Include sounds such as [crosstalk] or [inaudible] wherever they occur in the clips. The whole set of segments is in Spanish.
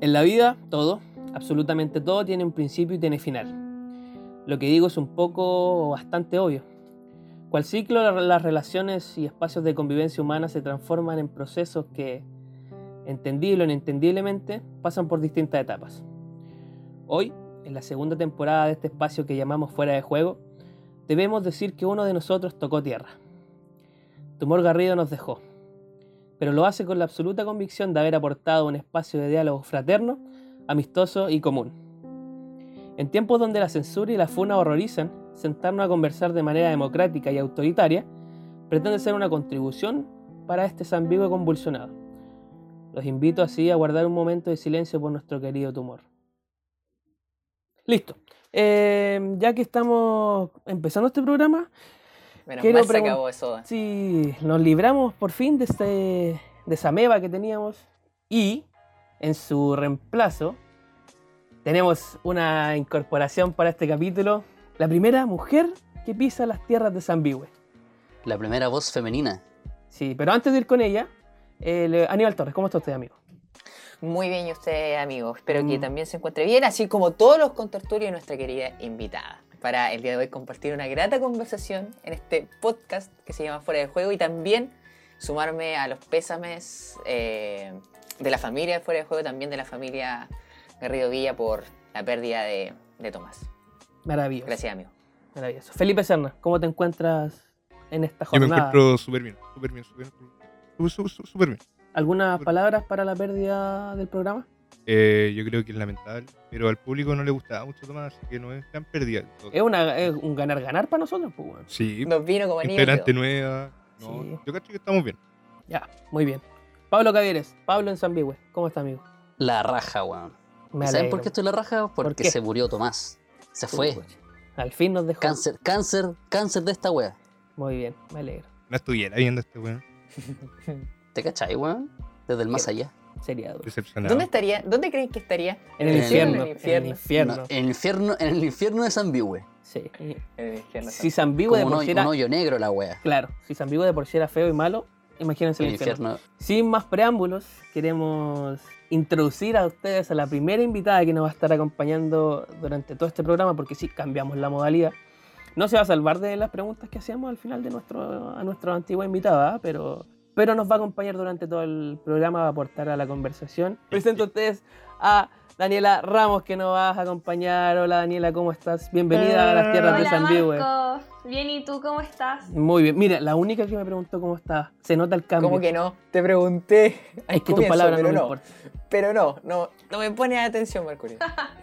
En la vida, todo, absolutamente todo, tiene un principio y tiene final. Lo que digo es un poco o bastante obvio. Cual ciclo, las relaciones y espacios de convivencia humana se transforman en procesos que, entendible o inentendiblemente, pasan por distintas etapas. Hoy, en la segunda temporada de este espacio que llamamos Fuera de Juego, debemos decir que uno de nosotros tocó tierra. Tumor Garrido nos dejó, pero lo hace con la absoluta convicción de haber aportado un espacio de diálogo fraterno, amistoso y común. En tiempos donde la censura y la funa horrorizan, sentarnos a conversar de manera democrática y autoritaria pretende ser una contribución para este ambiguo y convulsionado. Los invito así a guardar un momento de silencio por nuestro querido tumor. Listo. Eh, ya que estamos empezando este programa, Menos Quiero mal se pregun- acabó eso. Sí, nos libramos por fin de, este, de esa meba que teníamos. Y en su reemplazo tenemos una incorporación para este capítulo. La primera mujer que pisa las tierras de Zambihue. La primera voz femenina. Sí, pero antes de ir con ella, eh, le- Aníbal Torres, ¿cómo está usted, amigo? Muy bien, y usted, amigo. Espero que Mm. también se encuentre bien, así como todos los contertulios y nuestra querida invitada. Para el día de hoy compartir una grata conversación en este podcast que se llama Fuera de Juego y también sumarme a los pésames eh, de la familia de Fuera de Juego, también de la familia Garrido Villa por la pérdida de, de Tomás. Maravilloso. Gracias, amigo. Maravilloso. Felipe Serna, ¿cómo te encuentras en esta Yo me jornada? encuentro súper bien, súper bien, súper bien. Súper, súper, súper, súper bien. ¿Algunas palabras para la pérdida del programa? Eh, yo creo que es lamentable, pero al público no le gustaba mucho Tomás, así que no es tan perdida. del todo. Es, una, es un ganar-ganar para nosotros, pues, bueno. Sí, Nos vino como anillo. al integrante dedo. nueva. No, Sí. Yo cacho que estamos bien. Ya, muy bien. Pablo Cavieres, Pablo en Zambihue, ¿cómo está, amigo? La raja, weón. Me ¿Saben alegro. por qué estoy la raja? Porque qué? se murió Tomás. Se fue. Al fin nos dejó. Cáncer, cáncer, cáncer de esta wea. Muy bien, me alegro. No estuviera viendo este weón. ¿Te cachai, weón? Desde el más ¿Qué? allá. Sería duro. Decepcionado. ¿Dónde estaría? ¿Dónde creen que estaría? En el En el infierno. En infierno. el infierno. No, en el infierno, en el infierno de San Biwe. Sí. En el infierno. Si San Vivo Como de un, por sí hoy- era. un hoyo negro la wea. Claro, si San Vivo de por sí era feo y malo, imagínense El el infierno. infierno. Sin más preámbulos, queremos introducir a ustedes a la primera invitada que nos va a estar acompañando durante todo este programa, porque sí, cambiamos la modalidad. No se va a salvar de las preguntas que hacíamos al final de nuestro, a nuestra antigua invitada, pero, pero nos va a acompañar durante todo el programa, va a aportar a la conversación. Presento a ustedes a Daniela Ramos, que nos vas a acompañar. Hola Daniela, ¿cómo estás? Bienvenida a las tierras de Hola San Vivo. Marcos, bien y tú cómo estás? Muy bien, mira, la única que me preguntó cómo estaba, se nota el cambio. ¿Cómo que no? Te pregunté. al es que tus comienzo, palabras pero no me importan. Pero no, no, no me pone atención, Mercurio.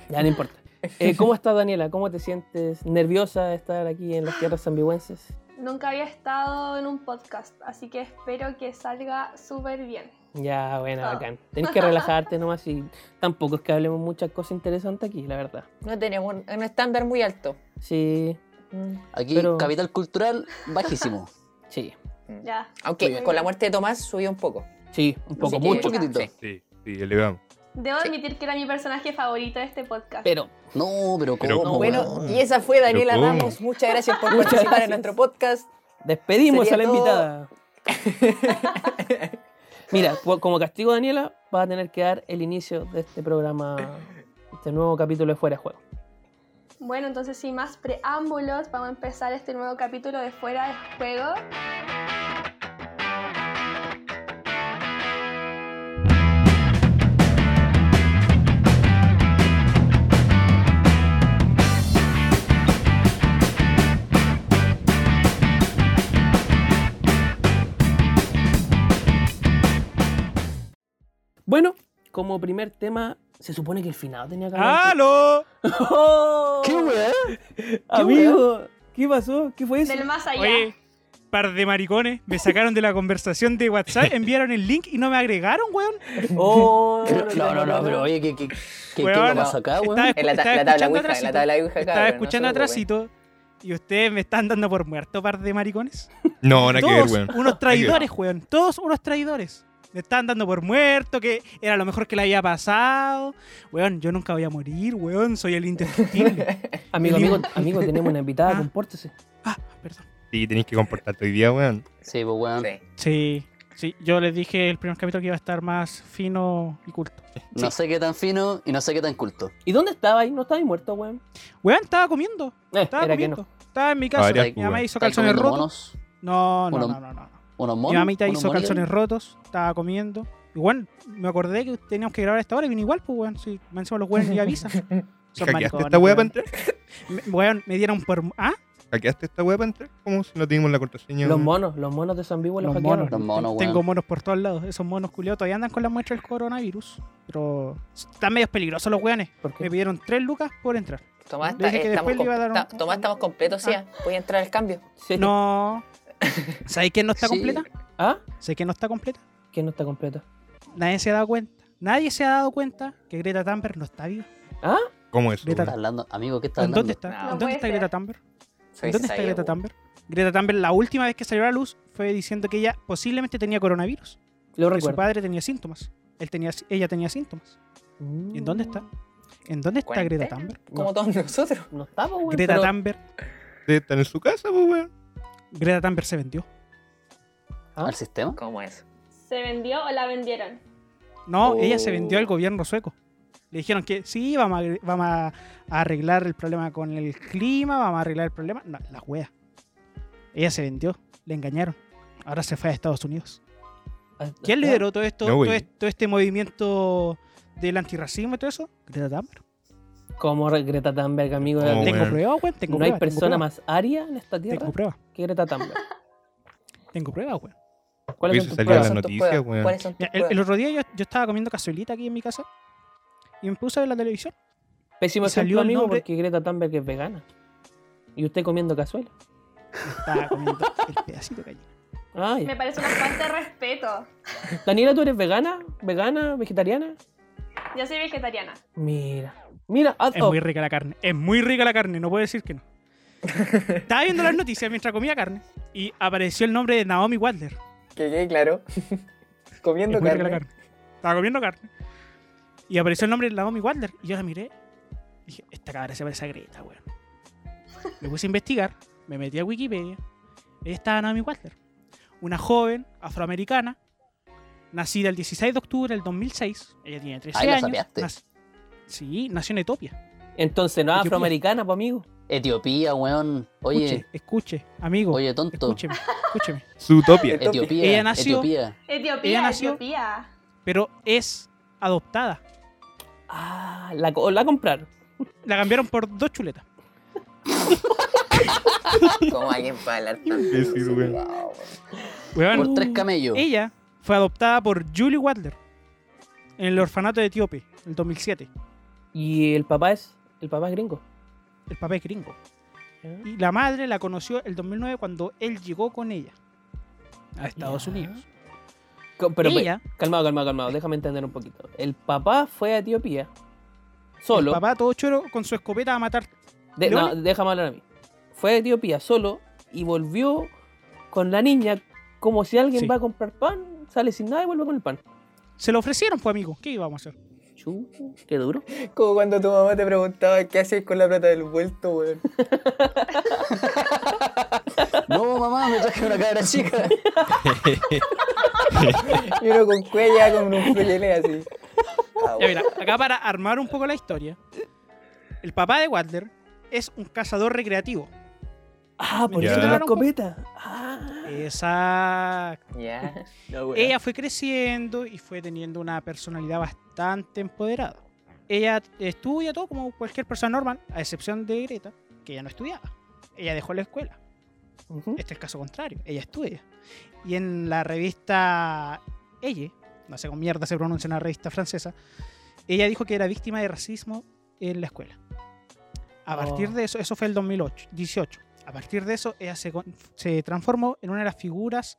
Ya no importa. Eh, ¿Cómo estás, Daniela? ¿Cómo te sientes? ¿Nerviosa de estar aquí en las tierras zambigüenses? Nunca había estado en un podcast, así que espero que salga súper bien. Ya, bueno, Ah. bacán. Tenés que relajarte nomás y tampoco es que hablemos muchas cosas interesantes aquí, la verdad. [laughs] No tenemos un, un estándar muy alto. Sí, Mm. Aquí, Pero- capital cultural, bajísimo. sí, Ya. Muy Aunque bien. con la muerte de Tomás subió un poco. sí, un poco, Así que- mucho. poquitito. Sí. Sí, sí, elevamos. Debo admitir que era mi personaje favorito de este podcast. Pero Ah, No, pero Pero ¿cómo? ¿cómo? Bueno, y esa fue Daniela Pero ¿cómo? Ramos. Muchas gracias por [laughs] Muchas participar gracias. en nuestro podcast. despedimos Sería a la todo- invitada. [laughs] Mira, po- como castigo, Daniela, vas a tener que dar el inicio de este programa, este nuevo capítulo de Fuera de Juego. Bueno, entonces sin más preámbulos, vamos a empezar este nuevo capítulo de Fuera de Juego. Bueno, como primer tema, se supone que el final tenía que Ah, haber- ¡Aló! ¿Qué Oh. Amigo, ¿qué pasó? ¿Qué fue eso? Del más allá. Oye, par de maricones, me sacaron de la conversación de [laughs] WhatsApp, enviaron el link y no me agregaron, weón. Oh, Pero- no, no, no, pero oye, ¿qué, qué, qué, qué Weón, pasa acá, weón? Estaba, En la, ta- estaba la tabla Ouija, escuchando en la atrásito, tabla Ouija, estaba cabrón, no escuchando se preocupen. atrásito y ustedes me están dando por muerto, par de maricones. No, nada que ver, Todos weón. unos traidores, weón. Todos unos traidores. Me están dando por muerto, que era lo mejor que le había pasado. Weón, yo nunca voy a morir, weón. Soy el indestructible. [laughs] Amigo, amigo, amigo, tenemos una invitada, Ah. compórtese. ah, perdón. Sí, tenéis que comportarte hoy día, weón. Sí, pues weón. Sí. Sí. Sí, yo les dije el primer capítulo que iba a estar más fino y culto. No sé qué tan fino y no sé qué tan culto. ¿Y dónde estaba ahí? ¿No estaba ahí muerto, weón? Weón, estaba comiendo. Eh, Estaba era que comiendo. no. Estaba en mi casa. Habría Mi mamá jugo. ¿Estás hizo calzones comiendo rotos. monos? No, no, Unos- no, no, no. no. ¿Unos monos? Mi mamita ¿Unos hizo monos? calzones rotos, estaba comiendo. Y bueno, me acordé que teníamos que grabar a esta hora y vine igual, pues, weón. Si me encima los weones ni [laughs] avisa. [laughs] Son ¿Hackeaste maricones, esta weá para weón. entrar? Me- Weón, me dieron por. ¿Ah? ¿Hackeaste esta weá para entrar? ¿Cómo si no teníamos la contraseña? Los monos, los monos de San Vivo los, Los hackearon. monos. Los monos, weón. Tengo monos por todos lados. Esos monos culiados todavía andan con la muestra del coronavirus. Pero están medio peligrosos los weones. ¿Por qué? Me pidieron tres lucas por [laughs] entrar. Tomás, Le dije está- que estamos, después le iba a dar un- Ah. comp- ta- Tomás, estamos completos, sí. Voy a entrar al cambio. Sí, No. ¿Sabéis quién no está Sí. completa? ¿Ah? ¿Sabéis quién no está completa? ¿Quién no está completo? Nadie se ha dado cuenta. Nadie se ha dado cuenta que Greta Thunberg no está viva. ¿Ah? ¿Cómo eso? Vete ¿Estás hablando? Amigo, ¿qué estás ¿En hablando? dónde está? No. ¿En No dónde puede está ser. Greta Thunberg? Se ¿En hubiese ¿Dónde está sabido, Greta weón. Thunberg? Greta Thunberg, la última vez que salió a la luz fue diciendo que ella posiblemente tenía coronavirus. Lo Que su recuerdo. padre tenía síntomas. Él tenía, ella tenía síntomas. Mm. ¿Y en dónde está? ¿En dónde está ¿Cuarentena? Greta Thunberg? Como todos nosotros. No está, po, weón. Greta pero- Thunberg, ¿Están en su casa, pues, weón? Greta Thunberg se vendió. ¿Ah? ¿Al sistema? ¿Cómo es? ¿Se vendió o la vendieron? No, ella Oh. se vendió al gobierno sueco. Le dijeron que sí, vamos a, agre- vamos a a arreglar el problema con el clima, vamos a arreglar el problema. No, la wea. Ella se vendió, le engañaron. Ahora se fue a Estados Unidos. Ah, ¿Quién ah, lideró todo esto, No, güey. todo, es- todo este movimiento del antirracismo y todo eso? Greta Thunberg. Como re- Greta Thunberg, amigo. No, Tengo- güey. Tengo prueba, güey. Tengo no hay prueba, tengo persona prueba. más aria en esta tierra Tengo prueba. que Greta Thunberg. Tengo prueba, güey. ¿Cuáles Hubiese son tus salido pruebas? las son tus noticias, pruebas? weón. ¿Cuáles son tus Mira, El, el pruebas? otro día yo, yo estaba comiendo cazuelita aquí en mi casa y me puse a ver la televisión. Pésimo Y salió ejemplo, el amigo, nombre- porque Greta Thunberg es vegana. Y usted comiendo cazuela. Estaba [laughs] comiendo el pedacito que hay. Ay. Me parece una falta de respeto. Daniela, ¿tú eres vegana? ¿Vegana? ¿Vegetariana? Yo soy vegetariana. Mira. Mira, haz- Es oh, muy rica la carne. Es muy rica la carne, no puedo [laughs] decir que no. estaba viendo las noticias mientras comía carne y apareció el nombre de Naomi Wadler. Que quede [laughs] claro. Comiendo Es muy rica la carne. carne. Estaba comiendo carne. Y apareció el nombre de Naomi Wander. Y yo la miré. y dije, esta cabra se parece a Greta, weón. Me puse a investigar. Me metí a Wikipedia. y Ahí estaba Naomi Wander. Una joven afroamericana. Nacida el 16 de octubre del 2006. Ella tiene 13 Ahí la años. sapeaste. nac- Sí, nació en Etiopía. entonces no es Etiopía. afroamericana, pues, amigo. Etiopía, weón. Escuche, Oye, escuche, amigo. oye, tonto. escúcheme, escúcheme. [laughs] Zootopia. Etiopía. Etiopía, Ella nació- Etiopía. Etiopía, Ella nació- Etiopía. Pero es adoptada. Ah, la, co- la compraron. La cambiaron por dos chuletas. ¿Cómo alguien para hablar tanto? Imbécil, weón. Wow, Weón, Por tres camellos. Ella fue adoptada por Julie Wadler en el orfanato de Etíope en el 2007. Y el papá es. El papá es gringo. El papá es gringo. Y la madre la conoció el 2009 cuando él llegó con ella a Estados Ya. Unidos. Co- Pero, pe- Ella- calmado, calmado, calmado. Déjame entender un poquito. El papá fue a Etiopía. Solo. El papá todo choro con su escopeta a matar. De- no, ¿Leones? déjame hablar a mí. Fue a Etiopía solo y volvió con la niña como si alguien Sí. va a comprar pan, sale sin nada y vuelve con el pan. Se lo ofrecieron, pues amigo. ¿Qué íbamos a hacer? Chu, qué duro. Como cuando tu mamá te preguntaba qué haces con la plata del vuelto, weón. No, mamá, me traje una cabra [laughs] chica. Y uno con cuella, con un fruyelé así. Ah, Ya mira, acá para armar un poco la historia, el papá de Wadler es un cazador recreativo. Ah, por Ya. eso la escopeta. Ah. Exacto. bueno. Ya. Ella fue creciendo y fue teniendo una personalidad bastante empoderada. Ella estudia todo como cualquier persona normal, a excepción de Greta, que ella no estudiaba. Ella dejó la escuela. Ujú. Este es el caso contrario. Ella estudia. Y en la revista Elle, no sé cómo mierda se pronuncia una revista francesa, ella dijo que era víctima de racismo en la escuela. A Oh. partir de eso, eso fue el 2008, 18. A partir de eso, ella se, con- se transformó en una de las figuras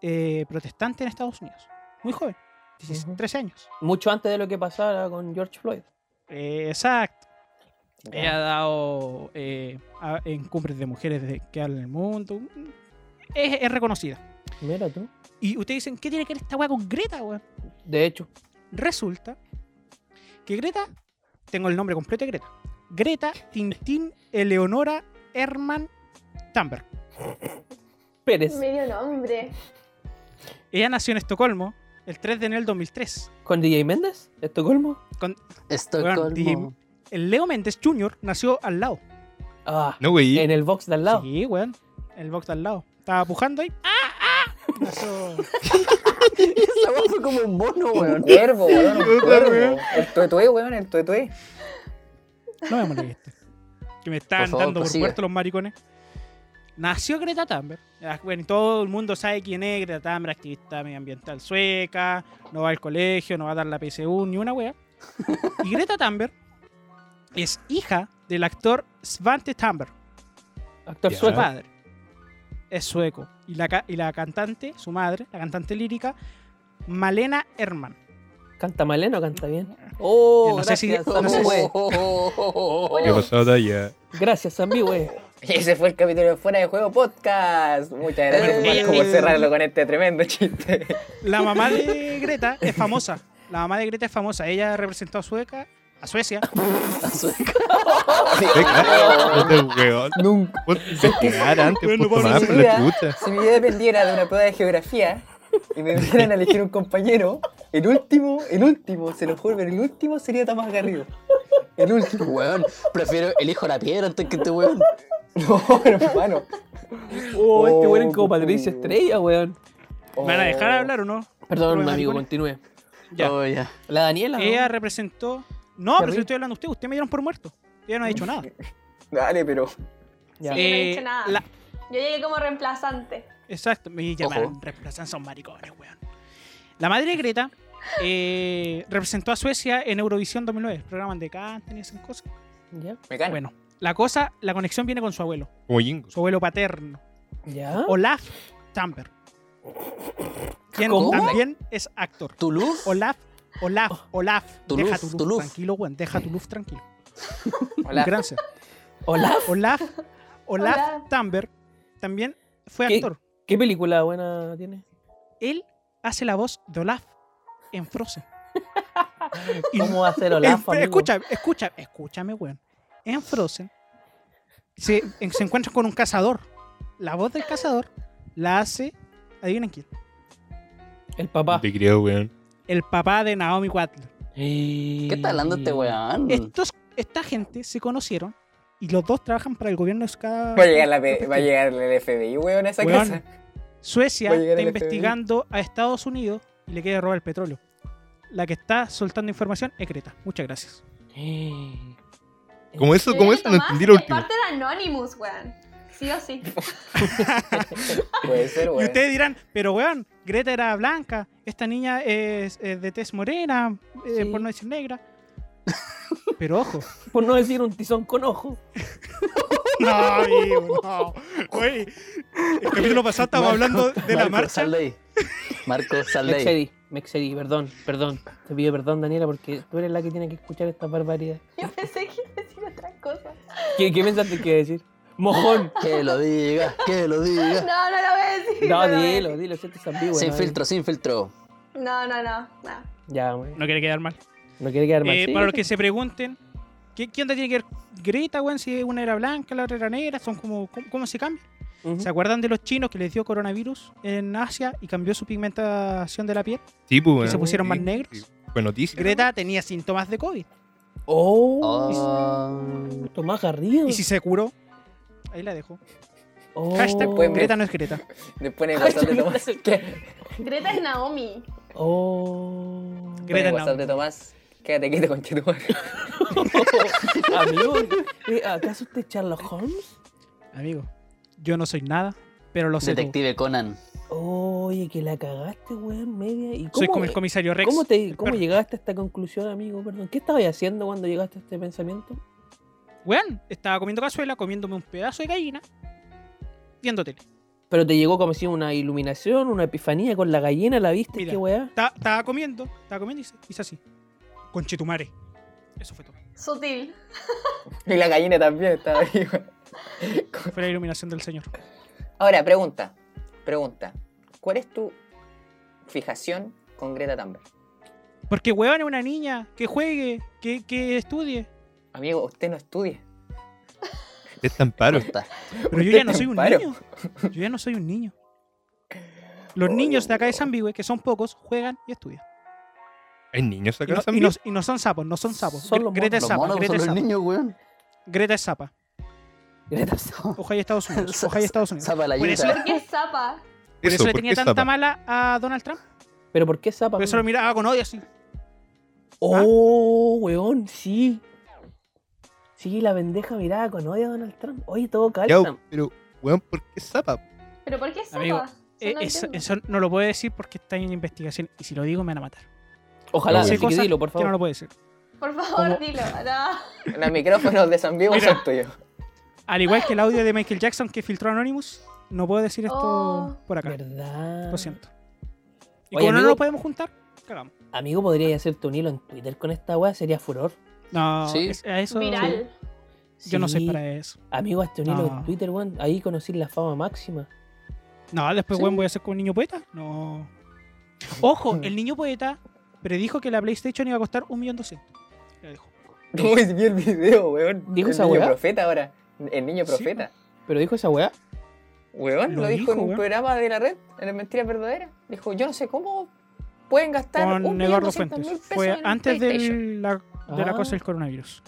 eh, protestantes en Estados Unidos. Muy joven, 16, Ujú. 13 años. Mucho antes de lo que pasara con George Floyd. Eh, exacto. Ya. Ella ha dado eh, a- en cumbres de mujeres de- que hablan el mundo. Es- es reconocida. Mira tú. Y ustedes dicen, ¿qué tiene que ver esta weá con Greta, weón? De hecho, Resulta que Greta, tengo el nombre completo de Greta. Greta Tintín Eleonora Herman Thunberg. Pérez. Medio nombre. Ella nació en Estocolmo el 3 de enero del 2003. ¿Con DJ Méndez? ¿Estocolmo? Con Estocolmo. el Leo Méndez Jr. nació al lado. Ah, No, güey. en el box de al lado. Sí, weón. En el box de al lado. Estaba pujando ahí. ¡Ah! ¡Ah! Nació- Esa voz fue como un mono, Un weón. cuervo, weón. Un Puta, weón. cuervo. El tuetué, weón, el tuetué. No me moleste. Que me Por están favor, dando por prosiga. muerto los maricones. Nació Greta Thunberg. Ah, Bueno, y todo el mundo sabe quién es Greta Thunberg, activista medioambiental sueca, no va al colegio, no va a dar la PSU, ni una wea. Y Greta Thunberg es hija del actor Svante Thunberg, Actor Ya. su sueco. padre. Es sueco. Y la, ca- y la cantante, su madre, la cantante lírica, Malena Herman. ¿Canta maleno o canta bien? Oh, no sé gracias, si- no sé amigo, si- güey. ¿Qué pasó, Daya? Gracias, amigo, güey. Y ese fue el capítulo de Fuera de Juego Podcast. Muchas gracias, Bueno, Marco, ella- por cerrarlo con este tremendo chiste. La mamá de Greta es famosa. La mamá de Greta es famosa. Ella representó a Sueca, a Suecia. Este Venga, puta, weón. Nunca. Ponte a investigar antes, Bueno, puta Pablo, madre, si por la hubiera- chucha. Si mi vida dependiera de una prueba de geografía y me dieran a elegir un compañero, el último, el último, se lo juro, pero el último sería Tomás Garrido. El último. [laughs] Weón, prefiero elijo la piedra antes que este weón. No, hermano. Oh, este Oh, güey es como puta. Patricio Estrella, güey. ¿Me van a dejar Oh. hablar o no? Perdón, Rubén amigo, Maricone. continúe. Ya. Oh, ya. La Daniela. ¿no? Ella representó. No, pero Terrible. si le estoy hablando a usted, usted me dieron por muerto. Ella no ha dicho nada. Eh, Dale, pero. [laughs] Ya. Sí, no he dicho nada. la- Yo llegué como reemplazante. exacto, me llamaron reemplazan son maricones, weón. La madre de Greta eh, representó a Suecia en Eurovisión 2009, programas de canto y esas cosas. Ya. Me gana. Bueno, la cosa, la conexión viene con su abuelo, Como Jingo. su abuelo paterno, Ya. Olaf Tamper. Quien ¿Cómo? también es actor. Tuluf. Olaf, Olaf, Oh, Olaf. Tuluf, deja tu luz Tuluf. tranquilo, weón. Deja tu [laughs] luz tranquilo. Hola. Gracias. Hola. Olaf, Olaf Olaf. Tamber también fue ¿Qué? actor. ¿Qué película buena tiene? Él hace la voz de Olaf en Frozen. Y- ¿Cómo va a ser en- Olaf, amigo? escucha, escucha, escúchame, weón. En Frozen se, en- se encuentran con un cazador. La voz del cazador la hace, adivinen quién, El papá. Te creo, weón. el papá de Naomi Watler. ¿Qué ¿Qué está hablando este Mm. weón? Estos, esta gente se conocieron y los dos trabajan para el gobierno de cada. Va a llegar, la, P- va a llegar el FBI, weón, a esa Weón, casa. Suecia Va a llegar está el FBI. investigando a Estados Unidos y le quiere robar el petróleo. La que está soltando información es Greta. Muchas gracias. eh, Como eso, Yo como creo eso, que no Tomás entendí lo es último. parte de Anonymous, weón. Sí o [laughs] sí. [laughs] Puede ser, Y weón. ustedes dirán, pero weón, Greta era blanca, esta niña es, es de tez morena, eh, Sí. por no decir negra. Pero ojo. Por no decir un tizón con ojo. No, amigo, no. Oye, el capítulo pasado estábamos hablando de la Marco, marcha. sal de ahí. Marco, sal Me de ahí. excedí, me excedí, perdón, perdón. Te pido perdón, Daniela, porque tú eres la que tiene que escuchar estas barbaridades. Yo pensé que iba a decir otra cosa. ¿Qué, qué pensaste que iba a decir? [laughs] ¡Mojón! Que lo diga, que lo diga. No, no lo voy a decir. No, lo voy a dilo, decir. dilo, si esto es ambiguo. sin ¿no? filtro, sin filtro. No, no, no. no. Ya, güey. No quiere quedar mal. No quiere quedar mal. Eh, sí. Para los que se pregunten, ¿qué, qué onda tiene que ver Greta, weón? Si una era blanca, la otra era negra, son como, ¿cómo, cómo se cambia? Ujú. ¿Se acuerdan de los chinos que les dio coronavirus en Asia y cambió su pigmentación de la piel? Sí, pues, weón. se pusieron Sí, más negros? sí. Fue noticia. Greta tenía síntomas de COVID. ¡Oh! Oh, Tomás Garrido. Y si se curó, ahí la dejo. Oh. Hashtag pueden ver- Greta no es Greta. Después [laughs] en el WhatsApp de Tomás. ¿Qué? Greta es Naomi. Oh. Greta. Pon en el no. WhatsApp de Tomás. Quédate quieto con tu [laughs] Amigo, eh, ¿acaso usted es Sherlock Holmes? Amigo, yo no soy nada, pero lo sé. todo. Detective Conan. Oye, que la cagaste, weón, media. ¿Y cómo, eh, Soy como el comisario Rex. ¿Cómo, te, el cómo perro. llegaste a esta conclusión, amigo? Perdón. ¿Qué estabas haciendo cuando llegaste a este pensamiento? Weón, estaba comiendo cazuela, comiéndome un pedazo de gallina, viendo tele. Pero te llegó como si una iluminación, una epifanía con la gallina, la viste, Mira. qué weá. [laughs] Ta- Estaba comiendo, estaba comiendo y hice, hice así. Conchetumare. Eso fue todo. Sutil. Y la gallina también estaba ahí, weón. Fue la iluminación del señor. Ahora, pregunta. Pregunta. ¿Cuál es tu fijación con Greta Thunberg? Porque weón es una niña que juegue, que, que estudie. Amigo, usted no estudia. Te estamparon. Corta. Pero yo Usted ya no está soy un en paro. niño. Yo ya no soy un niño. Los niños de acá de Zambihue, que son pocos, juegan y estudian. ¿Hay niños Y acá no, en y, Zambia? no, y no son sapos, no son sapos. Son Gre- los Greta es Los zapa, monos Greta son los es zapa. niños, weón. Greta es zapa. Greta Thunberg. Ojalá y Estados Unidos. Ojalá y Estados Unidos. Zapa la Por eso- yuta. ¿Por qué zapa? Por eso, le ¿por tenía qué tanta zapa? mala a Donald Trump. ¿Pero por qué Zapa? Por eso lo miraba con odio así. Oh, weón, sí. Sí, la pendeja mirada con odio a Donald Trump. Oye, todo Ya, calza. pero, weón, ¿por qué zapa? ¿Pero por qué zapa? Amigo, Eso Eh, no eso, entiendo. eso no lo puedo decir porque está en investigación. Y si lo digo, me van a matar. Ojalá, No, así Sé que cosas dilo, por que no favor. lo puedo decir. Por favor, ¿Cómo? dilo. No. Los micrófonos de San Diego Mira. son tuyos. Al igual que el audio de Michael Jackson que filtró Anonymous, no puedo decir esto Oh. por acá. ¿Verdad? Lo siento. Y Oye, como no amigo. lo podemos juntar, cagamos. Amigo, podría hacerte un hilo en Twitter con esta weá, sería furor. No, Sí. es- a eso Viral. yo no soy Sí. para eso. Amigo, hazte un hilo No. en Twitter, weón. Ahí conocí la fama máxima. No, después, Sí. weón, voy a ser como un niño poeta. No. Ojo, el niño poeta predijo que la PlayStation iba a costar 1.200.000. Lo dijo. ¿Cómo es el video, weón? ¿Dijo el esa niño weá? profeta ahora. El niño Sí, profeta. Pero dijo esa weá. Weón, Lo lo, dijo en dijo, un weón. programa de la red, en el Mentiras Verdaderas. Dijo, yo no sé cómo pueden gastar un Con millón Eduardo doscientos mil Fuentes. pesos Fue en antes PlayStation". del, la, de la Ah. cosa del coronavirus.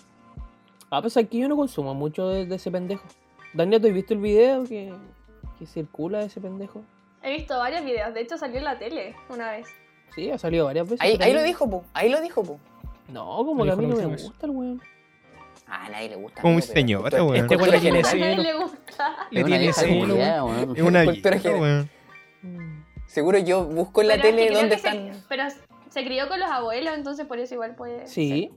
A pesar que yo no consumo mucho de, de ese pendejo. Daniel, ¿tú has visto el video que, que circula de ese pendejo? He visto varios videos. De hecho, salió en la tele una vez. Sí, ha salido varias veces. Ahí, pero ahí a lo mí- dijo, po. Ahí lo dijo, po. No, como Lo que a dijo mí no la me última vez. gusta el weón. Ah, a nadie le gusta. Como un amigo, pero señor, cultura- weón. es cultura Este weón tiene A general. Sí, nadie lo- le gusta. Le Es una tiene vieja celo, culiada, weón. Es una Cultura vieja, general. weón. Mm. Seguro yo busco en la Pero es que tele creo dónde que se- están. pero se crió con los abuelos, entonces por eso igual puede. Sí.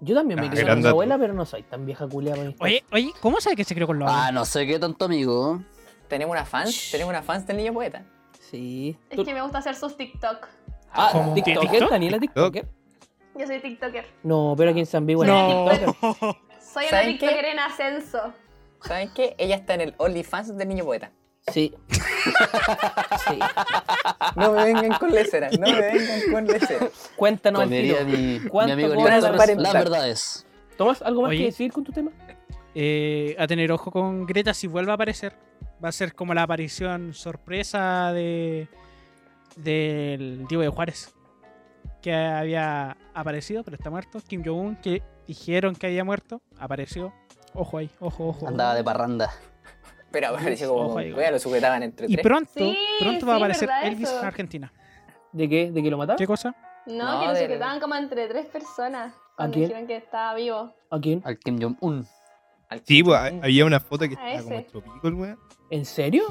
Yo también me Ah, crié gran con mi dato. abuela, pero no soy tan vieja culia para mí. Oye, oye, ¿cómo sabe que se creó con los Ah, no sé qué tonto amigo. Tenemos una fans, Shh. tenemos una fans del niño poeta. Sí. ser. Tú- Es que me gusta hacer sus TikTok. Ah, ¿Cómo? TikToker, ¿TikTok? Daniela TikTok. TikToker. Yo soy TikToker. No, pero aquí en San Vigo No. era TikToker. Soy una ¿Saben qué? TikToker en ascenso. ¿Saben qué? Ella está en el OnlyFans del niño poeta. Sí. sí. [laughs] No me vengan con lesera, no me vengan [laughs] con lesera. Cuéntanos al Como diría tiro. mi, mi ¿Cuánto amigo cobra Nicolás. la transparentar? Las verdades. Tomás, ¿algo más Oye. que decir con tu tema? Eh, a tener ojo con Greta si vuelve a aparecer. Va a ser como la aparición sorpresa de del Diego de Juárez. Que había aparecido, pero está muerto. Kim Jong-un, que dijeron que había muerto, apareció. Ojo ahí, ojo, ojo. Andaba de parranda. Pero apareció Ojo como ahí, wea, lo sujetaban entre Y tres. pronto, Sí, pronto va a sí, aparecer verdad Elvis eso. en Argentina. ¿De qué? ¿De que lo mataron? ¿Qué cosa? No, No, que nos del- etiquetaban como entre tres personas cuando quién? dijeron que estaba vivo. ¿A quién? Al Kim Jong-un. Al- Sí, pues, ha- había una foto que A estaba como ese. hecho pico el weón. ¿En [laughs] serio?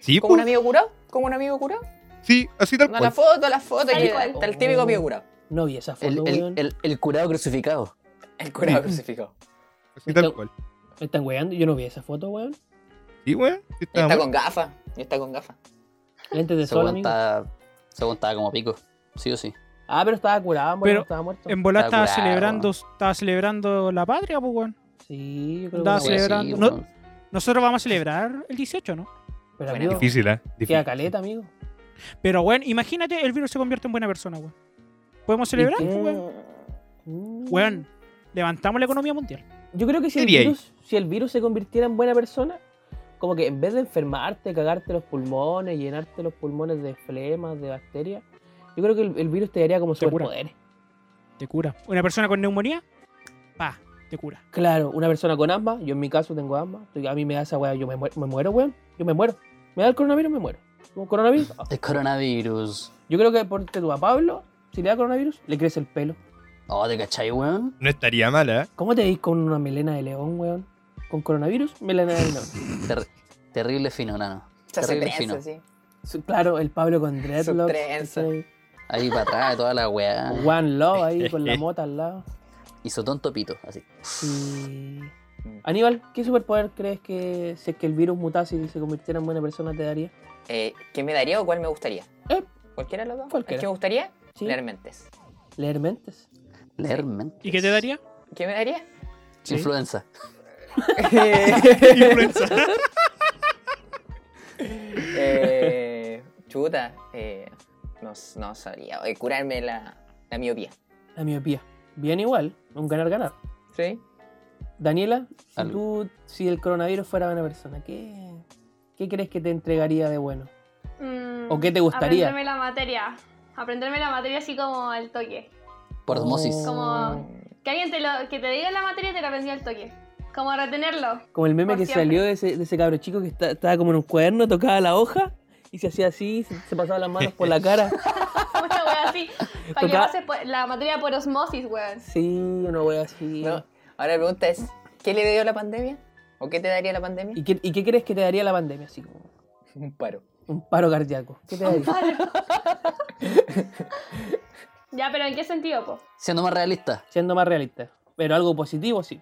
Sí, ¿Como un pues, amigo curado? ¿Como un amigo curado? sí, así tal No, la cual. foto, la foto, Tal y cual. está el típico amigo curado. No vi esa El, foto, el, weón. el, el curado crucificado. El curado crucificado. Así tal Está- cual. Me están weando. Yo no vi esa foto, weón. Sí, weón. sí Y está estaba muerto. con gafas, y está con gafas. Lentes de Se sol, amigo. aguantaba, se aguantaba como pico. Sí o sí. Ah, pero estaba curado, bueno, Pero- no estaba muerto. En bola Está estaba curado. celebrando, estaba celebrando la patria, pues weón. Sí, yo creo Andaba que una weá. celebrando. Sí, no- weón. Nosotros vamos a celebrar el 18, ¿no? Pero Buena amigo, Difícil, ¿eh? queda Difícil. caleta, amigo. Pero bueno, imagínate, el virus se convierte en buena persona, weón. ¿Podemos celebrar? qué? pues, weón? Mm. Weón, levantamos la economía mundial. Yo creo que si el, Sería ahí. virus, si el virus se convirtiera en buena persona, como que en vez de enfermarte, cagarte los pulmones, llenarte los pulmones de flemas, de bacterias, yo creo que el, el virus te daría como Te cura. superpoderes. Te cura. Una persona con neumonía, pa, te cura. Claro, una persona con asma, yo en mi caso tengo asma, tú- a mí me da esa weá, yo me, muer- me muero, weón, yo me muero. Me da el coronavirus, me muero. ¿Tengo coronavirus? Ah. El coronavirus. Yo creo que por tú a Pablo, si le da coronavirus, le crece el pelo. Oh, ¿te cachai, weón? No estaría mala, ¿eh? ¿Cómo te veis con una melena de león, weón? Con coronavirus, melena de león. Ter- terrible fino, nano. Se hace Terrible trenza, fino. sí. Su- Claro, el Pablo con dreadlocks. trenza. ¿cachai? Ahí para atrás, toda la weá. One Love ahí con [laughs] la mota al lado. Hizo tonto pito, así. Y... Aníbal, ¿qué superpoder crees que si es que el virus mutase y se convirtiera en buena persona te daría? Eh, ¿Qué me daría o cuál me gustaría? Eh. ¿Cualquiera de los dos? Cualquiera. ¿El que me gustaría? ¿Sí? Leer mentes. Leer mentes. Leer mentes. ¿Y qué [laughs] te daría? ¿Qué me daría? Sí. Influenza. Influenza. eh, chuta, eh, no, no sabría. Eh, curarme la, la miopía. La miopía. Bien igual, un ganar-ganar. ¿Sí? Daniela, si, Algo. tú, si el coronavirus fuera buena persona, ¿qué, ¿qué crees que te entregaría de bueno? Mm, ¿O qué te gustaría? Aprenderme la materia. Aprenderme la materia así como al toque. Por Oh. osmosis. Como- Que alguien te lo, que te diga la materia y te la aprendí al toque. Como retenerlo. [laughs] Como el meme por que siempre. salió de ese, de ese cabro chico que está- estaba como en un cuaderno, tocaba la hoja y se hacía así, se, se pasaba las manos por la [laughs] cara. Una wea así. Para que Tocaba- pases por- la materia por osmosis, weón. Sí, una wea así. No. Ahora la pregunta es, ¿qué le dio la pandemia? ¿O qué te daría la pandemia? ¿Y, qué, y qué crees que te daría la pandemia? Así como Un paro. un paro cardíaco. ¿Qué te daría? Ya, pero ¿en qué sentido, po? Siendo más realista. Siendo más realista. Pero algo positivo, [laughs] sí.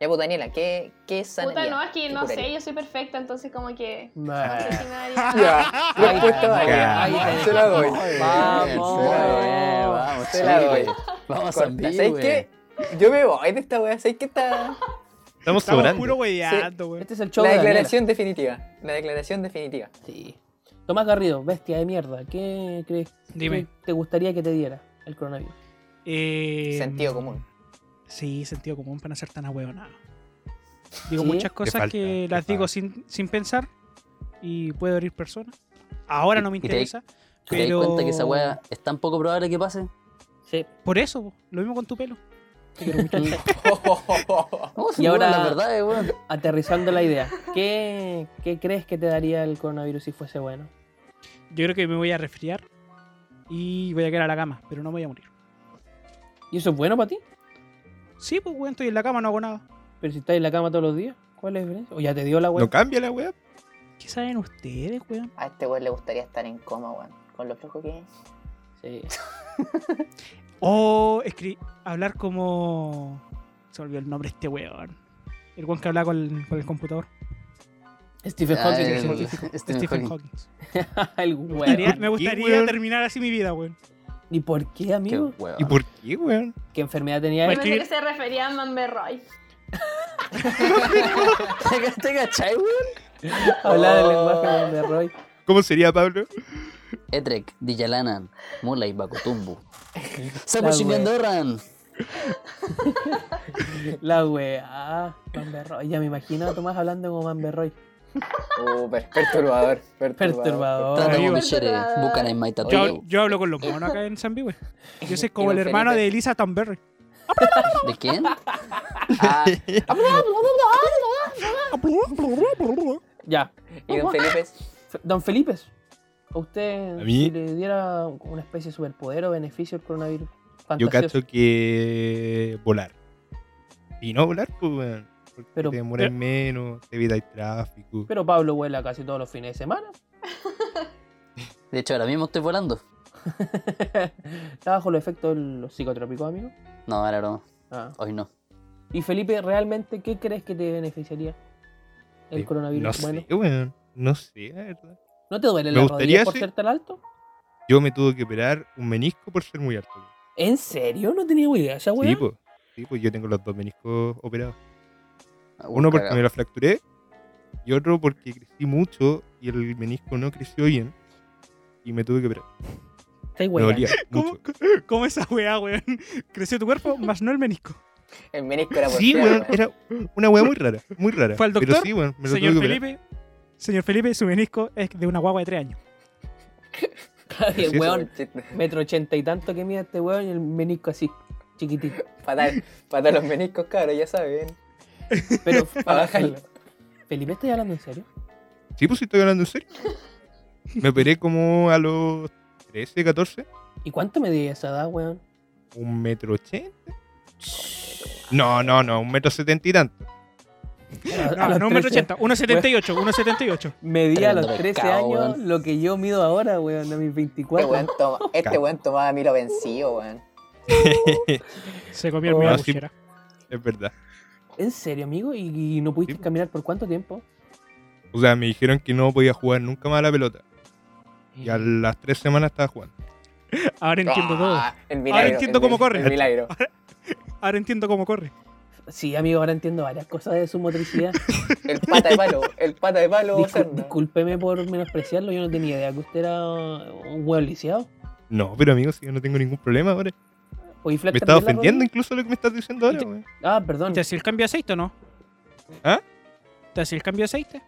Ya, pues Daniela, ¿qué, qué sanaría? Puta, no, es que ¿Qué no sé, curaría? yo soy perfecta, entonces como que... Nah. No sé si me daría... [laughs] Ya, respuesta válida. Ahí está. Se la doy. Vamos. Se la doy. Eh, vamos, Se la Chile. doy. Vamos a Corta. Zambí, ¿Sabes güey. qué? Yo me voy de esta wea, ¿sabes qué está? Estamos Estamos sobrando. puro weyando, weón. Este es el show La de Daniela. declaración definitiva. La declaración definitiva. Sí. Tomás Garrido, bestia de mierda, ¿qué crees Dime. que te gustaría que te diera el coronavirus? Eh, Sentido común. [laughs] Sí, sentido común para no ser tan ahueonado. Digo ¿Sí? Te muchas cosas falta, que te las digo falta. sin, sin pensar y puedo herir personas. Ahora no Y- me y te- interesa. ¿Te das Pero- cuenta que esa weá es tan poco probable que pase? Sí. Por eso, po, lo mismo con tu pelo. No, Y y ahora- ahora la verdad es, weón. Aterrizando la [laughs] idea, ¿qué, qué crees que te daría el coronavirus si fuese bueno? Yo creo que me voy a resfriar y voy a quedar a la cama, pero no me voy a morir. ¿Y eso es bueno para ti? Sí, pues weón, estoy en la cama, no hago nada. Pero si estás en la cama todos los días, ¿cuál es la diferencia? ¿O ya te dio la No vuelta? cambia la weá. ¿Qué saben ustedes, weón? A este weón le gustaría estar en coma, weón. Con lo flojo que es. Sí. [laughs] O escri- hablar como. Se olvidó el nombre de este weón. El weón que hablaba con, con el computador. Stephen Ah, Hawking, el- el científico. [laughs] Stephen Stephen Hawking. Hawking. el Me weón. gustaría, me qué, gustaría weón? terminar así mi vida, weón. ¿Y por qué, Qué amigo? weón. ¿Y por qué, weón? ¿Qué enfermedad tenía Yo él? Bueno. pensé que se refería a Mamberroy. [laughs] ¿Te- ¿Te cachai, weón? Hablaba Oh. del lenguaje de Roy. ¿Cómo sería, Pablo? Etrek, Dillalanan, Mulay, Bacotumbu. La Sapo Chingandorran. La weá. Mamberroy. Ya me imagino a Tomás hablando como Mamberroy. Uh, per- [laughs] perturbador, perturbador. Perturbador. Trata Amigo. como Michere, buscan en Maitatu. Yo, yo hablo con los monos acá en Zambi, weón. Yo soy como el Felipe. hermano de Elisa Tamberry. ¿De quién? Ah, Ya. y don Felipe es- Fe- Don Felipe, ¿a usted ¿A mí? si le diera una especie de superpoder o beneficio el coronavirus? Yo Fantasioso. cacho que volar. Y no volar, pues, weón. Porque Pero- te demoras menos, te evitas tráfico. Pero Pablo vuela casi todos los fines de semana. [laughs] De hecho, ahora mismo estoy volando. Está bajo los efectos de los psicotrópicos, amigo. No, ahora no. Ah. Hoy no. Y Felipe, ¿realmente qué crees que te beneficiaría el Sí, coronavirus? Eh, No bueno, sé, weón. No sé, la verdad. ¿no te duele Me la gustaría rodilla por sí. ser tan alto? Yo me tuve que operar un menisco por ser muy alto. weón. ¿Ah, ¿En serio? No tenía idea esa weá. Sí, pues. Sí, pues yo tengo los dos meniscos operados. Uno porque Cagado. me lo fracturé y otro porque crecí mucho y el menisco no creció bien y me tuve que operar. Estáis Me dolía [laughs] weando. [laughs] ¿Cómo, mucho. ¿Cómo esa weá, weón? Creció tu cuerpo, más no el menisco. el menisco era por Sí, fuera, [laughs] weón, weón. era una weá muy rara, muy rara. ¿Fue al Pero doctor? sí, weón, me lo tuve Señor que operar. Felipe, señor Felipe, su menisco es de una guagua de tres años. Y el Sí, weón, Chiste. metro ochenta y tanto que mide este weón y el menisco así, chiquitito. Fatal, fatal los meniscos, cabros, ya saben. [laughs] Pero, Para bajarlo. Felipe, ¿estás hablando en serio? Sí, pues sí, estoy hablando en serio. Me operé como a los 13, 14, ¿Y cuánto medía esa edad, weón? un metro ochenta. No, no, no, un metro setenta y tanto. A- a No, los no un metro 13. ochenta, 1,78, 1,78. Medía a los Tremendo 13 pescado, años weón. lo que yo mido ahora, weón, a mis Este 24. weón, toma, este weón tomaba miro vencido, weón. Se comió el Oh, mío de ah, sí. cuchara. Es verdad. ¿En serio, amigo? ¿Y, y no pudiste Sí. caminar por cuánto tiempo? O sea, me dijeron que no podía jugar nunca más a la pelota. Y a las tres semanas estaba jugando. Ahora entiendo todo. Ah, el milagro, Ahora entiendo el cómo mil- corre. El milagro. Ahora entiendo cómo corre. Sí, amigo, ahora entiendo varias cosas de su [laughs] motricidad. El pata de palo, el pata de palo, Discul- Serna. discúlpeme por menospreciarlo, yo no tenía idea que usted era un weón lisiado. No, pero amigo, si yo no tengo ningún problema ahora. Oye, Flack, Me ¿también estás la ofendiendo incluso lo que me estás diciendo ahora, Y te- weón. rodilla? Ah, perdón. [laughs] ¿Te hacía el cambio de aceite o no? ¿Ah? ¿Te hacía el cambio de aceite?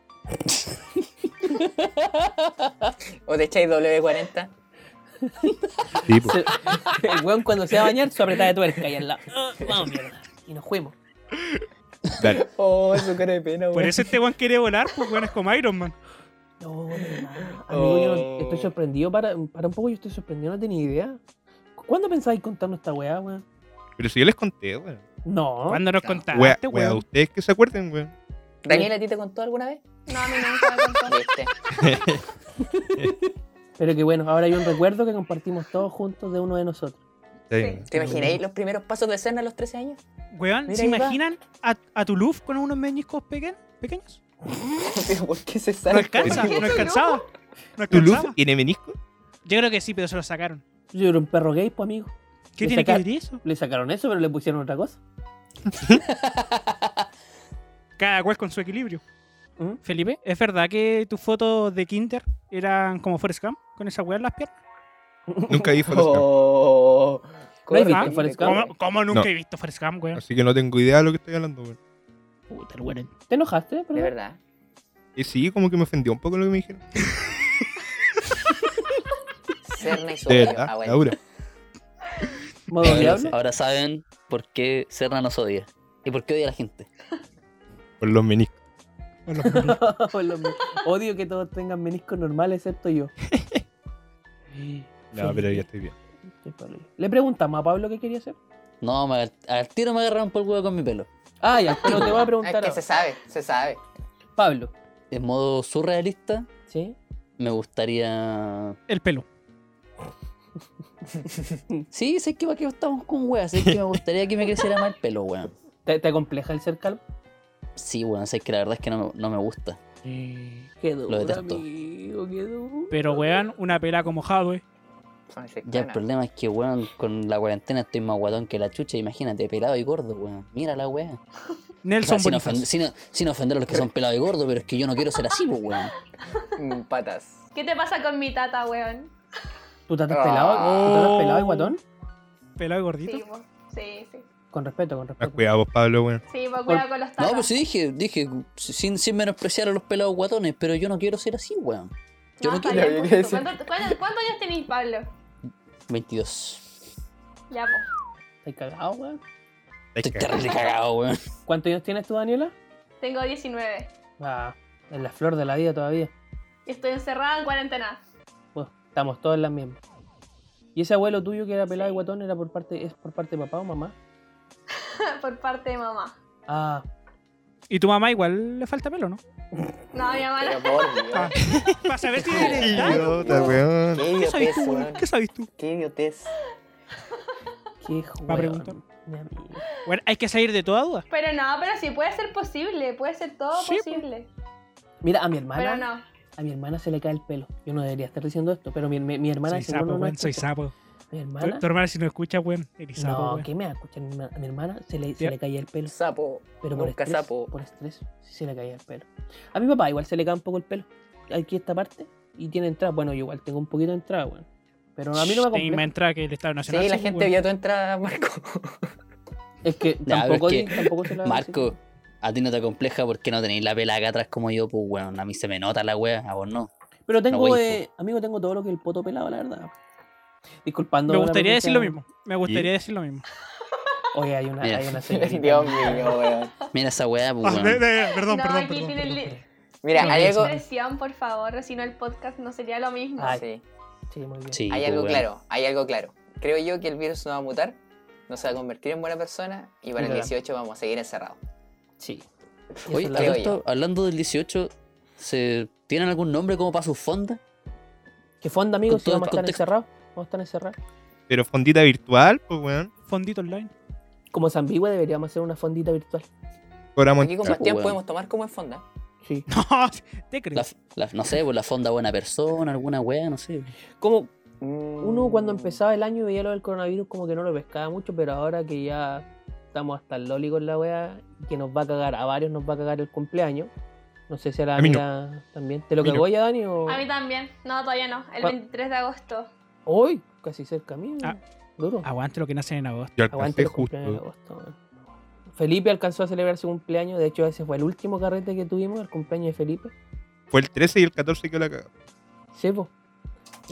O te echáis W40. Sí, pues. El weón cuando se va a bañar, su apretada de tuerca y al lado. "Ah, Vamos, mierda. Y nos fuimos. Dale. Oh, su cara de pena, Por eso este weón quiere volar, pues weón es como Iron Man. No, mi [laughs] hermano. Amigo, yo no- Oh. estoy sorprendido. Para, para un poco, yo estoy sorprendido, no tenía idea. ¿Cuándo pensáis contarnos esta weá, weón? Pero si yo les conté, weón. No. ¿Cuándo nos No. Oh, Wea- contaste, wea, weón? ustedes que se acuerden, weón. Daniel, ¿a ti te contó alguna vez? No, a mí nunca me contó. Viste. Pero que bueno, ahora hay un recuerdo que compartimos todos juntos de uno de nosotros. Está bien. Sí. ¿Te imagináis los primeros pasos de Cerna a los 13 [laughs] años? Weón, Mira, ¿se ahí va. imaginan a, a Tuluf con unos meñiscos peque- [laughs] pequeños? Pero ¿por qué se No sale? alcanza, ¿Qué no Tuluf? alcanzaba. No ¿Toulouse alcanzaba. tiene menisco? Yo creo que sí, pero se lo sacaron. Yo era un perro gay, pues, amigo. ¿Qué Le tiene que saca- ver eso? Le sacaron eso, pero le pusieron otra cosa. Cada cual con su equilibrio. ¿Mm? Felipe, ¿es verdad que tus fotos de Kinder eran como Forrest Gump? Con esa weá en las piernas. Nunca vi Forrest Gump, [laughs] [laughs] Oh, ¿No has corre, visto Felipe, Forrest Gump? corre. Ah, ¿Cómo, cómo nunca No. he visto Forrest Gump, weón? Así que no tengo idea de lo que estoy hablando, weón. Puta, el weón. ¿Te enojaste? De perdón? verdad. Y sí, como que me ofendió un poco lo que me dijeron. Cerna y su De abuelo. verdad, Ah, bueno. Laura. ¿Modo [laughs] Ahora, diablo? ahora saben por qué Serna nos odia. Y por qué odia a la gente. Por los meniscos. [laughs] Lo mismo. Odio que todos tengan meniscos normales, excepto [laughs] yo. No, pero ya estoy bien. Qué perro. Le preguntamos a Pablo qué quería hacer. No, me agar- al tiro me agarraron por el huevo con mi pelo. Ah, ya, pero te voy a [laughs] Es preguntar que a se sabe, se sabe. Pablo. En modo surrealista, ¿Sí? me gustaría. El pelo. Sí, sé que va que estamos con weas. Sé que me gustaría que me creciera más el pelo, weón. ¿Te, te acompleja el ser calvo? Sí, weón, sé que la verdad es que no, me- no me gusta. Qué duro, detesto. amigo, qué duro. Pero weón, una pela como Hadwe. Ya el Franciscana. problema es que, weón, con la cuarentena estoy más guatón que la chucha. Imagínate, pelado y gordo, weón. Mira la wea. O sea, Nelson sin, Bonifaz. ofend- sin- sin ofender a los que son pelados y gordos, pero es que yo no quiero ser así, pues, weón. Mm, Patas. ¿Qué te pasa con mi tata, weón? ¿Tú te has Ah. pelado? ¿Tú te has pelado, guatón? Pelado y gordito. Sí, po. sí, sí. Con respeto, con Más respeto. Ah, cuidado vos, Pablo, weón. Sí, po, cuidado con los No, tatas. pues sí dije, dije, sin, sin menospreciar a los pelados guatones, pero yo no quiero ser así, weón. Yo no está quiero. bien, Yo pues, quería ¿Cuánto- cuánto- ¿Cuántos años tenéis, Pablo? 22. Ya, pues, po. ¿Estás cagado, weón? Estoy terrible cagado, weón. ¿Cuántos años tienes tú, Daniela? Tengo 19. Ah, en la flor de la vida todavía. Y estoy encerrada en cuarentena. [laughs] Bueno, estamos todos en las mismas. ¿Y ese abuelo tuyo que era pelado Sí. y guatón era por parte, es por parte de papá o mamá? Por parte de mamá. Ah, Y tu mamá igual le falta pelo, ¿no? No, mi mamá no. Pero por Dios. [laughs] Ah. Para saber [laughs] si Qué eres Idiota, weón. Qué ¿Qué sabes idiotez, tú, weón? weón. ¿Qué sabes tú? Qué idiotez. qué juego. Va a preguntar. mi amigo. Bueno, hay que salir de toda duda. Pero no, pero sí puede ser posible. Puede ser todo Sí, po. posible. Mira, a mi Pero hermana, no. a mi hermana se le cae el pelo. Yo no debería estar diciendo esto, pero mi, mi, mi hermana soy seguro sapo, no me weón, soy escucha. sapo. Mi hermana, Tu, tu hermana si no escucha, weón, eres sapo, no, weón. ¿qué me va a escuchar? Mi hermana- A mi hermana se le, se Ya. le caía el pelo, Sapo. pero por Nunca estrés, sapo. por estrés, sí se le caía el pelo. A mi papá igual se le cae un poco el pelo, aquí esta parte, y tiene entrada. Bueno, yo igual tengo un poquito de entrada, weón. Pero a mí no me Shh, y me compleja. entra que el Estado Nacional. Sí, la sí, gente weón. vio tu entrada, Marco. Es [laughs] que pero tampoco, es di- que- tampoco se la [laughs] Marco, a ti no te compleja porque no tenéis la pela acá atrás como yo, pues, weón. A mí se me nota la wea, a vos no. Pero tengo, voy, eh, amigo, tengo todo lo que el poto pelado, la verdad. Disculpando. Me la gustaría decir lo presencia- mismo. Me gustaría decir lo mismo. Oye, hay una, Mira. hay [laughs] una señorita. [laughs] Dios mío, weón. Mira esa wea, pues, Ah, de- weón. de- Perdón, no, perdón, aquí perdón, tiene perdón. li- Mira, No, hay eso algo. expresión, por favor. Si no, el podcast no sería lo mismo. Ay. Sí. Sí, muy bien. Sí, Hay pues, algo weón. claro, hay algo claro. Creo yo que el virus no va a mutar, no se va a convertir en buena persona y para el Mira. 18 vamos a seguir encerrados. Sí. Esa Oye, es la creo a verdad. tanto, hablando del 18, ¿se ¿tienen algún nombre como para sus fondas? ¿Qué fonda, amigo? Con Si todo vamos a el estar contexto. encerrados. Vamos a estar encerrados. Pero fondita virtual, pues, weón. Fondito online. [laughs] Como Zambigüe deberíamos hacer una fondita virtual. Cobramos Aquí con claro, Bastián weón. podemos tomar como en fonda. Sí. No, te creo. La- la- no sé, pues la fonda buena persona, alguna wea, no sé. Como Uno uno cuando empezaba el año y veía lo del coronavirus como que no lo pescaba mucho, pero ahora que ya estamos hasta el loli con la wea, que nos va a cagar, a varios nos va a cagar el cumpleaños. No sé si a la A mí no. Daniela también. ¿Te lo A mí no. cagó ya, Dani? O... A mí también. No, todavía no. El ¿Cuá- 23 de agosto. Hoy, casi cerca mío. Ah. Duro. Aguante lo que nacen en agosto. Yo Aguante alcancé los cumpleaños de justo. agosto. weón. Felipe alcanzó a celebrar su cumpleaños, de hecho ese fue el último carrete que tuvimos, el cumpleaños de Felipe. Fue el 13 y el 14 que la cagó. Sí, po.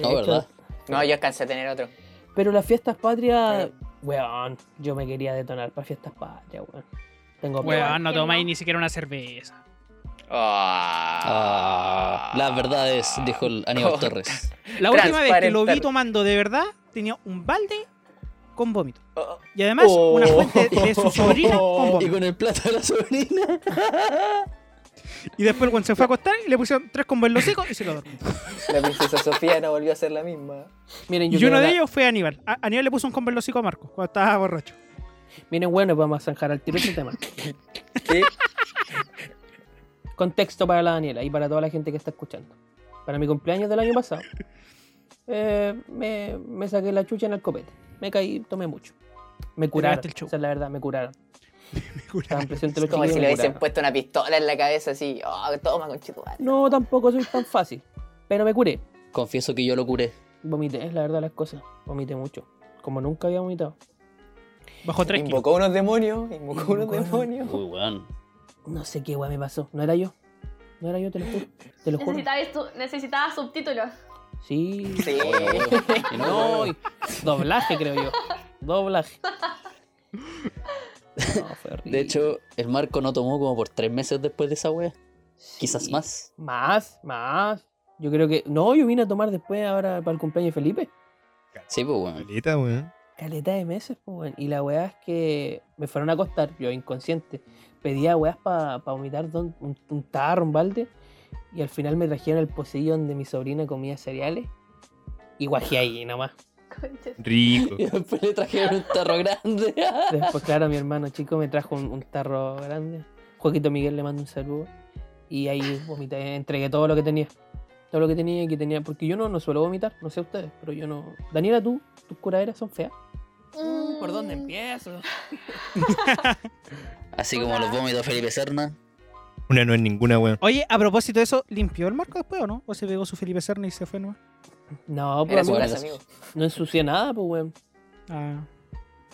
No, De hecho, ¿verdad? No, yo alcancé a tener otro. Pero las fiestas patrias, weón, yo me quería detonar para fiestas patrias, weón. Tengo Weón, no que tomáis no. ni siquiera una cerveza. Ah. Ah, las verdades, dijo el Aníbal [laughs] Torres. La última vez que lo vi Transparentar. tomando de verdad, tenía un balde con vómito. Oh, Y además, una fuente de su [laughs] sobrina con Oh. Y vómito. con el plato de la sobrina. [laughs] Y después, cuando se fue a acostar, le pusieron tres combos en los secos y se [laughs] lo dormí. La princesa Sofía no volvió a ser la misma. Miren, yo Y quiero uno de la- ellos fue Aníbal. A- Aníbal le puso un combo en los hocico a Marco cuando estaba borracho. Miren, bueno, vamos a zanjar al tiro ese tema. [laughs] Sí. Contexto para la Daniela y para toda la gente que está escuchando. Para mi cumpleaños del año pasado, eh, me, me saqué la chucha en el copete. Me caí, tomé mucho. Me curaron, cagaste el show. esa es la verdad, me [laughs] curaron. Estaban presentes Es los como chiquillos si y le me hubiesen curaron. puesto una pistola en la cabeza así. Oh, toma, conchito. No, tampoco soy tan fácil, pero me curé. Confieso que yo lo curé. Vomité, es la verdad las cosas. Vomité mucho, como nunca había vomitado. Bajo tres kilos. Invocó unos demonios, invocó unos Invocó unos- demonios. Uy, weón. No sé qué weá me pasó. No era yo. No era yo, te lo juro. Te lo juro. Necesitaba, estu- necesitaba subtítulos. [laughs] Sí. Sí. Y [laughs] No, no, y- doblaje creo yo. Doblaje. No, fue horrible. De hecho, el Marco no tomó como por tres meses después de esa wea. Sí. Quizás más. Más, más. Yo creo que. No, yo vine a tomar después ahora para el cumpleaños de Felipe. Sí, pues, weón. Caleta, weón. Caleta de meses, po, weón. Y la weá es que me fueron a acostar, yo inconsciente. Pedía weás para vomitar don- un, un tarro, un balde. Y al final me trajeron el pocillo donde mi sobrina comía cereales. Y guajé ahí nomás. Conches. Rico. [laughs] [laughs] Y después le trajeron un tarro grande. Después, claro, mi hermano chico me trajo un, un tarro grande. Joaquito Miguel le mando un saludo. Y ahí vomité, entregué todo lo que tenía. Todo lo que tenía y que tenía. Porque yo no, no suelo vomitar, no sé ustedes, pero yo no. Daniela, tú, tus curaderas son feas. Uh, Mm, ¿Por dónde Mm. empiezo? [laughs] Así como los vómitos de Felipe Serna. Una no es ninguna, weón. Oye, a propósito de eso, ¿limpió el Marco después o no? ¿O se pegó su Felipe Serna y se fue nomás? No, Era pues su amigo, brazo, amigo. no ensucié nada, pues weón. Ah.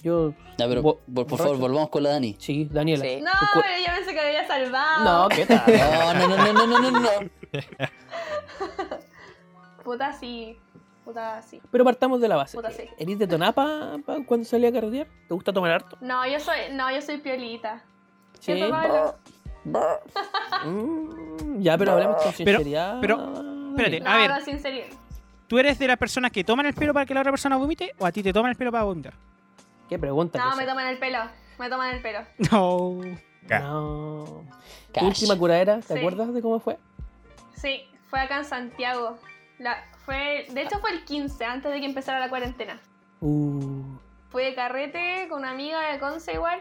Yo, Ya, pero Bo- por, por favor, borracho. volvamos con la Dani. sí, Daniela. Sí. No, Tu cu- pero yo pensé que me había No, salvado. ¿qué tal? No, no, no, no, no, no, no, no. Puta sí. Puta sí. Pero partamos de la base. Puta, sí. ¿Eres de Tonapa pa- cuando salí a carretear? ¿Te gusta tomar harto? No, yo soy, no, yo soy piolita. Sí. ¿Cierto, Pablo? Mm, ya, pero hablemos con Pero- sinceridad. pero- Eh, espérate, No, A ver. no, sin serio. ¿Tú eres de las personas que toman el pelo para que la otra persona vomite o a ti te toman el pelo para vomitar? [laughs] ¿Qué pregunta? que No, me esa? toman el pelo. Me toman el pelo. No. Ca- No. ¿Tu Cash. última curadera? ¿Te Sí. acuerdas de cómo fue? Sí, fue acá en Santiago. La, fue, de hecho fue el 15, antes de que empezara la cuarentena. Uh, Fui de carrete con una amiga de Conce igual.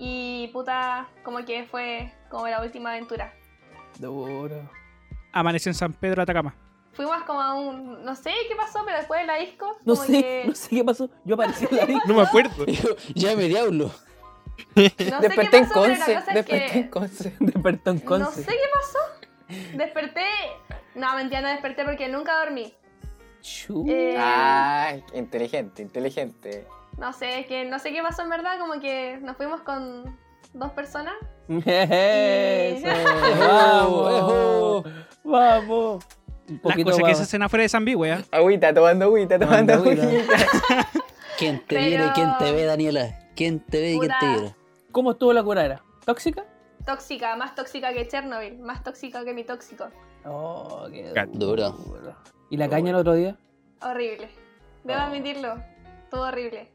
Y puta, como que fue como la última aventura. duro. Amaneció en San Pedro, Atacama. Fuimos como a un... No sé qué pasó, pero después de la disco... No como sé, que- no sé qué pasó. Yo aparecí en la disco. [laughs] No me acuerdo. Dijo, ya me diablo. no sé qué Desperté en pasó, pero la Conce, cosa es que- desperté en Conce. Despertó en No Conce. sé qué pasó. Desperté... No, mentira, no desperté porque nunca dormí. Chu. Eh, Ah, inteligente, inteligente. No sé, es que no sé qué pasó en verdad, como que nos fuimos con dos personas. [laughs] Eso. eh. [laughs] Ejo, Vamos. Vamos. Un Las poquito cosas que más. se hacen afuera de San Bigüe, Agüita, tomando agüita, tomando Tomando agüita. [laughs] ¿Quién te Pero- viene y quién te ve, Daniela? ¿Quién te ve y quién te Puta. viene? ¿Cómo estuvo la curadera? ¿Tóxica? Tóxica, más tóxica que Chernobyl, más tóxica que mi tóxico. Oh, qué Cat. duro. ¿Y la caña el otro día? Horrible. Debo Oh. admitirlo, todo horrible.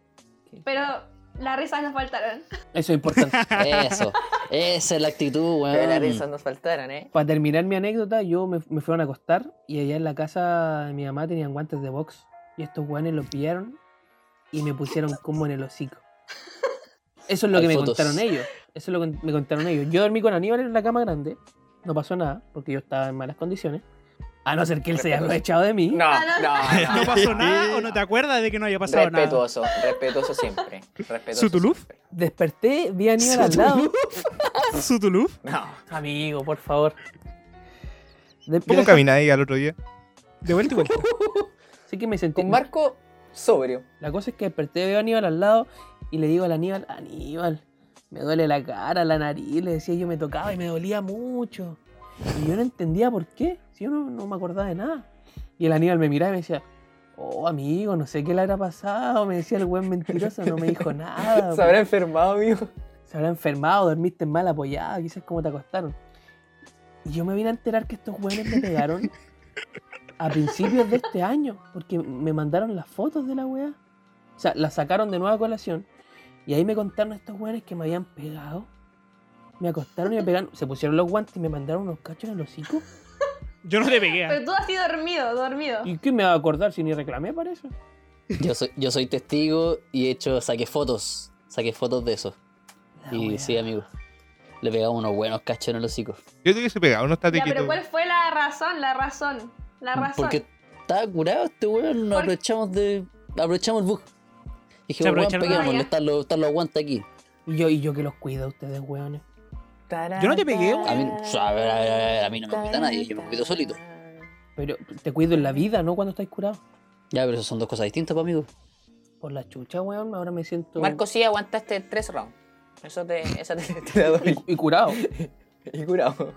Pero las risas nos faltaron. Eso es importante. Eso. Esa es la actitud, Pero las weón. risas nos faltaron, ¿eh? Para terminar mi anécdota, yo me, me fueron a acostar y allá en la casa de mi mamá tenían guantes de box. Y estos guanes lo pillaron y me pusieron como en el hocico. Eso es lo Hay que me fotos. contaron ellos. Eso es lo que me contaron ellos. Yo dormí con Aníbal en la cama grande. No pasó nada porque yo estaba en malas condiciones. A no ser que él se haya aprovechado de mí. No, Ah, no, [laughs] No no. [laughs] pasó nada o no te acuerdas de que no haya pasado nada. Respetuoso, respetuoso siempre. Respetuoso ¿Su tuluf? siempre. Desperté, vi a Aníbal al lado. ¿Su tuluf? No. Amigo, por favor. De- [laughs] ¿Cómo de- camináis al otro día? De vuelta y vuelta. Así que me sentí. Con Marco, sobrio. La cosa es que desperté, veo a Aníbal al lado y le digo al Aníbal, Aníbal, me duele la cara, la nariz, le decía yo me tocaba y me dolía mucho. Y yo no entendía por qué, si yo no, no me acordaba de nada. Y el Aníbal me miraba y me decía, oh amigo, no sé qué le habrá pasado, me decía el buen mentiroso, no me dijo nada. Ah, Se habrá enfermado, amigo. se habrá enfermado, dormiste mal apoyado, quizás como te acostaron. Y yo me vine a enterar que estos hueones me pegaron a principios de este año, porque me mandaron las fotos de la weá. O sea, las sacaron de nueva colación. Y ahí me contaron estos hueones que me habían pegado. Me acostaron y me pegaron. Se pusieron los guantes y me mandaron unos cachos en el hocico. [laughs] Yo no te pegué. ah. Pero tú así dormido, dormido. ¿Y qué me va a acordar si ni reclamé para eso? Yo soy, yo soy testigo y he hecho, saqué fotos. Saqué fotos de eso. La Y weá. sí, amigo. Le pegaba unos buenos cachos en el hocico. Yo creo que se pegaba, no está Ya, pero tequito. ¿cuál fue la razón? La razón. La razón. Porque estaba curado este weón, nos Por- aprovechamos de. Aprovechamos el bug. Dije, Se weón, aprovecharon. peguémosle, Ah, ya. están los, están los guantes aquí. Y yo, y yo que los cuido a ustedes, hueones. Yo no te pegué, A mí, a ver, a ver, a ver, a mí no me invita nadie, yo me invito solito. Pero te cuido en la vida, ¿no? Cuando estáis curado. Ya, pero eso son dos cosas distintas, pues, amigo. Por la chucha, weón, ahora me siento. Marco, sí aguantaste tres rounds. Eso te, esa te, [laughs] te la doy. Y, y curado. Y curado.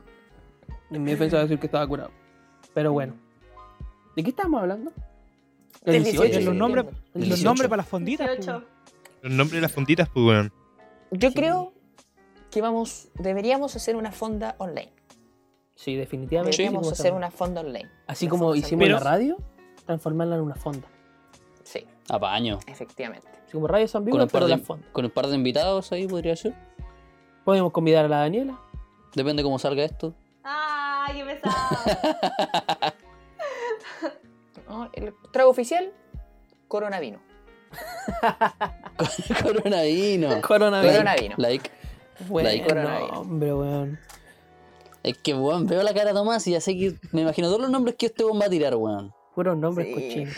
En mi defensa voy a decir que estaba curado. Pero bueno. ¿De qué estábamos hablando? Del Del 18. 18. Los nombres, El los 18. nombres para las fonditas. pues, 18. Los nombres de las fonditas, pues, weón. Yo Sí. creo que vamos, deberíamos hacer una fonda online. Sí, definitivamente. Deberíamos como hacer estamos. una fonda online. Así Una como fonda hicimos en la Pero- radio, transformarla en una fonda. online. Sí, Apaño. efectivamente. Así como radio San Con Vivo, un, par pero la de, fonda. con un par de invitados ahí podría ser. Podemos convidar a la Daniela. Depende cómo salga esto. [laughs] ¡Ay, qué pesado! No, El trago oficial, coronavino. [laughs] Coronavino. Ah, Coronavirus. Coronavino. Like. Bueno, Like. Coronavirus. hombre, weón. Es que, weón, veo la cara de Tomás y ya sé que me imagino todos los nombres que este weón va a tirar, weón. Puros nombres Sí. cochinos.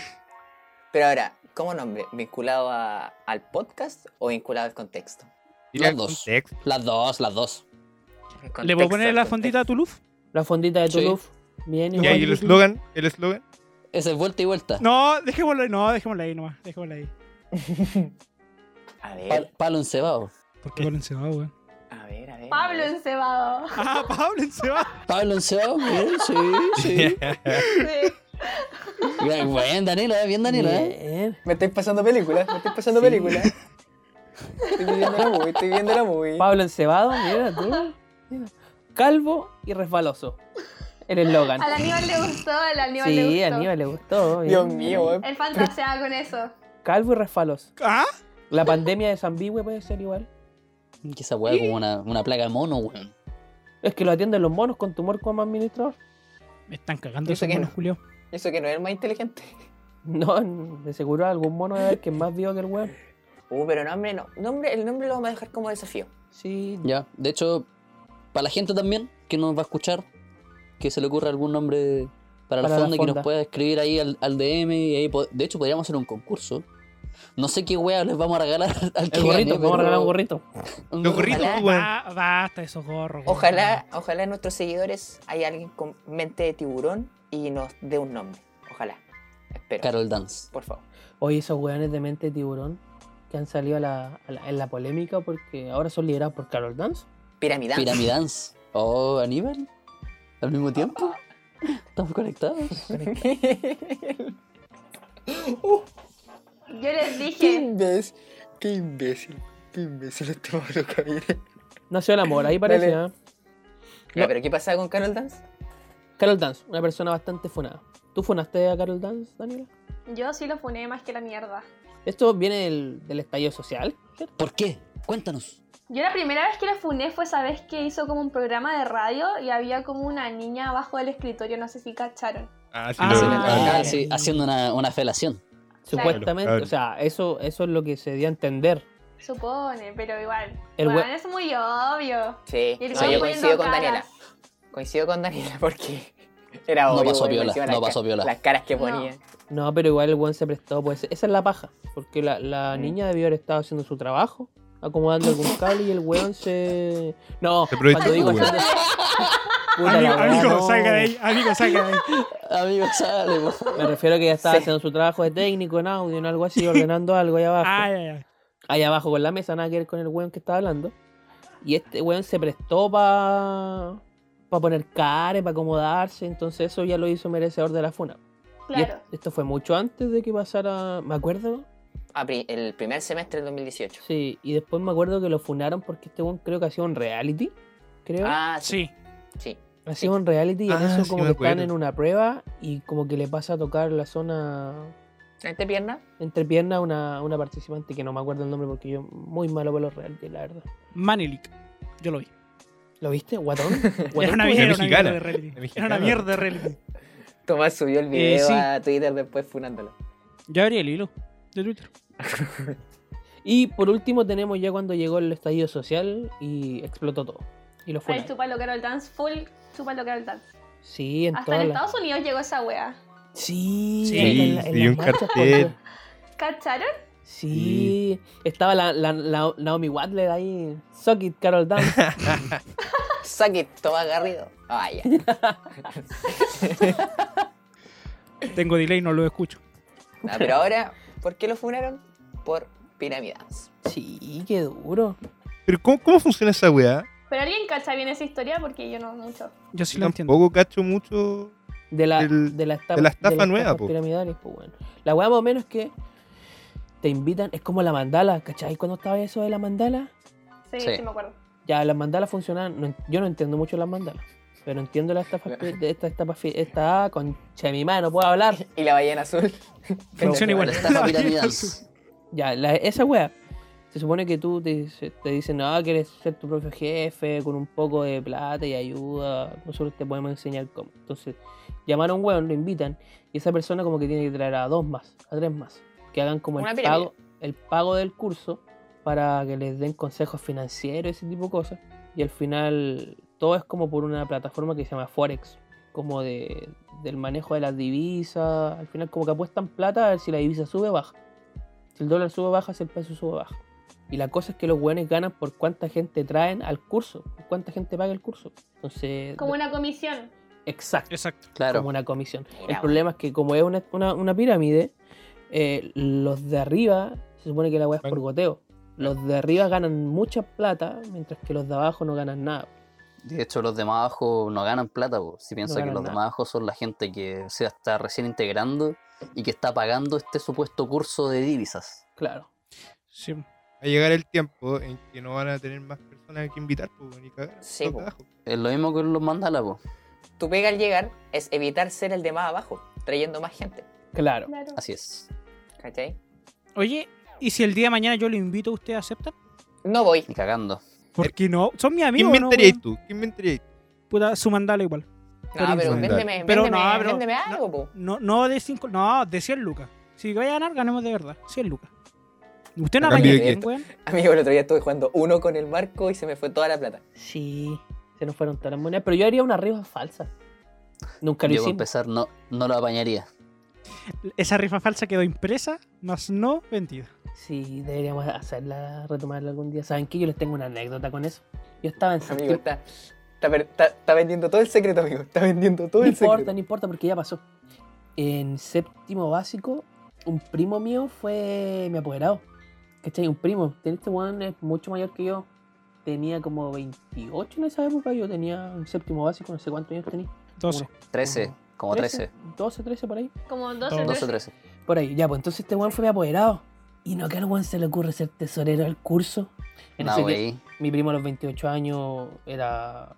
Pero ahora, ¿cómo nombre? ¿Vinculado a- al podcast o vinculado al contexto? Diría Los dos. contexto. Las dos, las dos. ¿Le puedo poner la fondita a Tuluf? La fondita de Sí. Toulouse. Bien, Y ahí el igual. eslogan, el eslogan. Esa es vuelta y vuelta. No, dejémosla ahí, no, dejémosla ahí nomás, dejémosla ahí. A Pal- ver, palo encebado. ¿Por qué Pablo encebado, weón? a ver, a ver. Pablo a ver. encebado. [laughs] Ah, Pablo encebado. Pablo encebado, bien, [laughs] sí, sí. Sí. Bien, bien, Daniela, bien, Daniela. ¿eh? Bien. Me estoy pasando películas, me estoy pasando [laughs] películas. Estoy viendo la movie, estoy viendo la movie. Pablo Encebado, mira tú. Mira. Calvo y resbaloso. El eslogan. Al Aníbal le gustó, al Aníbal le Sí, gustó. a Aníbal le gustó. bien. Dios mío, eh. Él fantaseaba con eso. Calvo y resbaloso. ¿Ah? La pandemia de Zambihue puede ser igual. Que esa weá es como una, una plaga de mono, weón. Es que lo atienden los monos con tumor como administrador. [laughs] Me están cagando Eso esos que monos, no. Julio. Eso que no es el más inteligente. [laughs] No, de seguro algún mono debe haber que es más vivo que el weón. Uh, pero nombre no. Nombre, el nombre lo vamos a dejar como desafío. Sí, Ya, de hecho, para la gente también que nos va a escuchar, que se le ocurra algún nombre para, la Para la fonda y que fonda. nos pueda escribir ahí al, al DM. Y ahí po- de hecho, podríamos hacer un concurso. No sé qué weá les vamos a regalar al que el gorrito, gane, vamos a pero- regalar un gorrito. un Los gorrito. Ojalá. gorritos, pues, weón. Ah, basta de esos gorros. weón. Ojalá, ojalá nuestros seguidores haya alguien con mente de tiburón y nos dé un nombre. Ojalá. Espero. Carol Dance. Por favor. Oye, esos weones de mente de tiburón que han salido a la- a la- en la polémica porque ahora son liderados por Carol Dance. Piramidal. Piramidance. Oh, Aníbal. Al mismo tiempo. Estamos conectados. Yo les Qué dije, imbécil. Qué imbécil. Qué imbécil este Pablo Cavire. Nació el amor, ahí parece. Dale. ¿ah? Ya, pero ¿qué pasaba con Carol Dance? Carol Dance, una persona bastante funada. ¿Tú funaste a Carol Dance, Daniela? yo sí lo funé más que la mierda. Esto viene del, del estallido social, ¿cierto? ¿Por qué? Cuéntanos. Yo la primera vez que la funé fue esa vez que hizo como un programa de radio y había como una niña abajo del escritorio, no sé si cacharon. Ah, sí, Ah, lo- sí, Ah, Ah, sí, haciendo una, una felación. Supuestamente, Claro. o sea, eso, eso es lo que se dio a entender. Supone, pero igual. El Bueno, hue- es muy obvio. Sí, Y el no, weón yo poniendo coincido con caras. Daniela. Coincido con Daniela [laughs] porque era No obvio. pasó weón, piola, encima no las ca- pasó piola. Las caras que No. ponía. No, pero igual el buen se prestó, pues esa es la paja. Porque la, la Mm. niña debió haber estado haciendo su trabajo, acomodando algún cable y el weón se. No, Se aprovechó, cuando digo weón. hacer eso- Puta Amigo, la weá, amigo, no. salga de ahí, amigo, salga de ahí. Amigo, sale. po. Me refiero a que ella estaba Sí. haciendo su trabajo de técnico en audio, en algo así, ordenando algo ahí abajo. Ay, ay, ay. ahí abajo con la mesa, nada que ver con el weón que estaba hablando. Y este weón se prestó para para poner care, para acomodarse, entonces eso ya lo hizo merecedor de la funa. Y este Claro. es- esto fue mucho antes de que pasara, me acuerdo, Ah, pri- el primer semestre del 2018. sí, y después me acuerdo que lo funaron porque este weón creo que hacía un reality, creo. Ah, sí. Sí. sí. hacía un reality y en Ah, eso sí, como me que están acuerdo. en una prueba y como que le pasa a tocar la zona ¿Entre pierna? entre piernas una, una participante que no me acuerdo el nombre porque yo muy malo para los reality, la verdad. Manelik. Yo lo vi. ¿Lo viste? ¿Guatón? Era una, tú? mierda, vieja. una mierda mexicana. de reality. La Era mexicana. una mierda de reality. Tomás subió Eh, el video sí. a Twitter después funándolo. Yo abrí el hilo de Twitter. Y por último tenemos ya cuando llegó el estallido social y explotó todo. Y lo Ahí funaron. chupa lo Carol Dance, full chupa lo Carol Dance. Sí, en Hasta todas en las- Estados Unidos llegó esa wea. Sí, Sí, en la- sí, en vi las un marchas, cartel. Poncho. ¿Cacharon? Sí, estaba la, la- la- Naomi Wadler ahí. Suck it, Carol Dance. [laughs] Suck it, Tomás Garrido. Ah, [laughs] ya. Tengo delay, no lo escucho. No, pero ahora, ¿por qué lo funaron? Por piramidas. sí, qué duro. Pero ¿cómo, cómo funciona esa weá? Pero alguien cacha bien esa historia porque yo no mucho. Yo sí Yo lo entiendo. tampoco cacho mucho. De la, Del- de la estafa, de la estafa las nueva, estafas po. piramidales, pues bueno. La weá más o menos es que te invitan, es como la mandala, ¿cachai? Cuando estaba eso de la mandala, Sí, Sí. sí, me acuerdo. ya las mandalas funcionan. yo no entiendo mucho las mandalas, pero entiendo las estafas pi- de esta estafa, fi- esta concha de mi madre, no puedo hablar. Y la ballena azul. [laughs] Funciona igual. La estafa piramidal. Ya, la- esa wea. Se supone que tú te, dice- te dicen, no, quieres ser tu propio jefe con un poco de plata y ayuda. Nosotros te podemos enseñar cómo. Entonces, llamaron a un weón, lo invitan. Y esa persona, como que tiene que traer a dos más, a tres más. Que hagan como Una el pirámide. pago, el pago del curso para que les den consejos financieros, ese tipo de cosas. Y al final, todo es como por una plataforma que se llama Forex. Como de, del manejo de las divisas. Al final, como que apuestan plata a ver si la divisa sube o baja. Si el dólar sube o baja, si el peso sube o baja. Y la cosa es que los weones ganan por cuánta gente traen al curso, por cuánta gente paga el curso. Entonces, Como una comisión. exacto, Exacto. como Claro. una comisión. Mira, El problema es que como es una, una- una pirámide, eh, los de arriba, se supone que la weá es por Bueno. goteo. Los de arriba ganan mucha plata, mientras que los de abajo no ganan nada. De hecho, los demás abajo no ganan plata. po. Si piensa que ganan los nada. demás abajo son la gente que se está recién integrando y que está pagando este supuesto curso de divisas. Claro. Sí. Va a llegar el tiempo en que no van a tener más personas que invitar, pues, ni cagar. Sí, todo po. cagajo. Es lo mismo que los mandala, po. Tu pega al llegar es evitar ser el de más abajo, trayendo más gente. Claro. Claro. Así es. ¿Cachai? Oye, ¿y si el día de mañana yo lo invito, usted acepta? No voy. Ni cagando. ¿Por qué no? Son mis ¿Qué amigos. ¿no, inventarías weón? tú? ¿Qué inventarías tú? Puta, su mandala igual. Ah, No, Ah, pero Dale. véndeme, Pero véndeme, no, pero- véndeme no. algo, po. No, no de 5, no, de 100 lucas. Si voy a ganar, ganemos de verdad. 100 lucas. Usted no ¿A arranca cambio de bien, qué? weón. Amigo, el otro día estuve jugando uno con el marco y se me fue toda la plata. Sí, se nos fueron todas las monedas. Pero yo haría una rifa falsa. Nunca lo Yo, para hicimos. empezar, no, no lo apañaría. Esa rifa falsa quedó impresa, más no vendida. Sí, deberíamos hacerla, retomarla algún día. ¿Saben qué? Yo les tengo una anécdota con eso. Yo estaba en Amigo, septiembre. está, está, per- está- está vendiendo todo el secreto, amigo. Está vendiendo todo No el importa, secreto. no importa, porque ya pasó. En séptimo básico, un primo mío fue mi apoderado. ¿Cachai? Un primo. Este weón es mucho mayor que yo. Tenía como 28 en esa época. Yo tenía un séptimo básico, no sé cuántos años tenía. Entonces, 13, como 13. 12, 13 por ahí. Como 12, 12 Todo. 13. o 13. Por ahí, ya, pues entonces este weón fue mi apoderado. Y no que al weón se le ocurre ser tesorero del curso. En No, ese tie- wey. mi primo a los 28 años era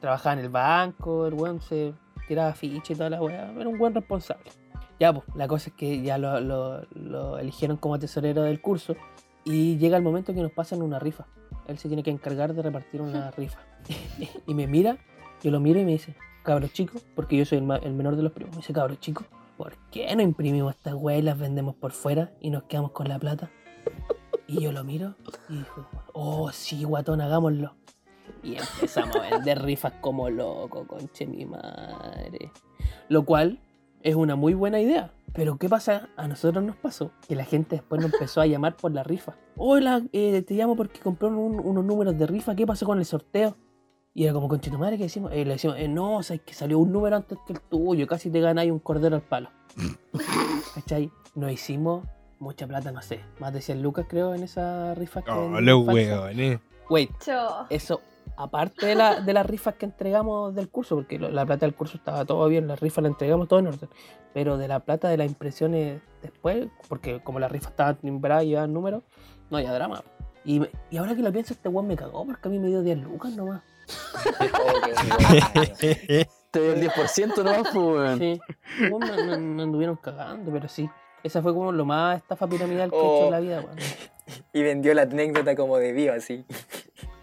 trabajaba en el banco, el weón se tiraba ficha y toda la weá, era un buen responsable. Ya, pues, la cosa es que ya lo, lo- lo eligieron como tesorero del curso y llega el momento que nos pasan una rifa. Él se tiene que encargar de repartir una rifa. [laughs] y me mira, yo lo miro y me dice, cabros chicos, porque yo soy el, ma- el menor de los primos, me dice, cabros chicos, ¿por qué no imprimimos estas weas y las vendemos por fuera y nos quedamos con la plata? Y yo lo miro y dijo, oh sí, guatón, hagámoslo. Y empezamos a vender rifas como loco, conche mi madre. Lo cual es una muy buena idea. Pero ¿qué pasa? A nosotros nos pasó que la gente después nos empezó a llamar por la rifa. Hola, eh, te llamo porque compraron un- unos números de rifa. ¿Qué pasó con el sorteo? Y era como, conche tu madre, ¿qué decimos? Eh, le decimos, eh, no, o sea, es que salió un número antes que el tuyo. Casi te ganáis un cordero al palo. ¿Cachai? Nos hicimos mucha plata, no sé. Más de 100 lucas creo en esa rifa. que No, vendimos Oh, los falsa. weones. [laughs] Wait, Cho. eso aparte de, la- de las rifas que entregamos del curso, porque lo- la plata del curso estaba todo bien, las rifas la entregamos todo en orden, pero de la plata de las impresiones después, porque como las rifas estaban timbradas y llevaban números, no había drama. Y, me- y ahora que lo pienso, este weón me cagó porque a mí me dio 10 lucas nomás. Oh, [laughs] Te doy el 10% nomás, pues, weón. Sí, Este weón, me, me- me anduvieron cagando, pero sí. Esa fue como lo más estafa piramidal que he hecho Oh. en la vida, weón. Y vendió la anécdota como debió, así. [laughs]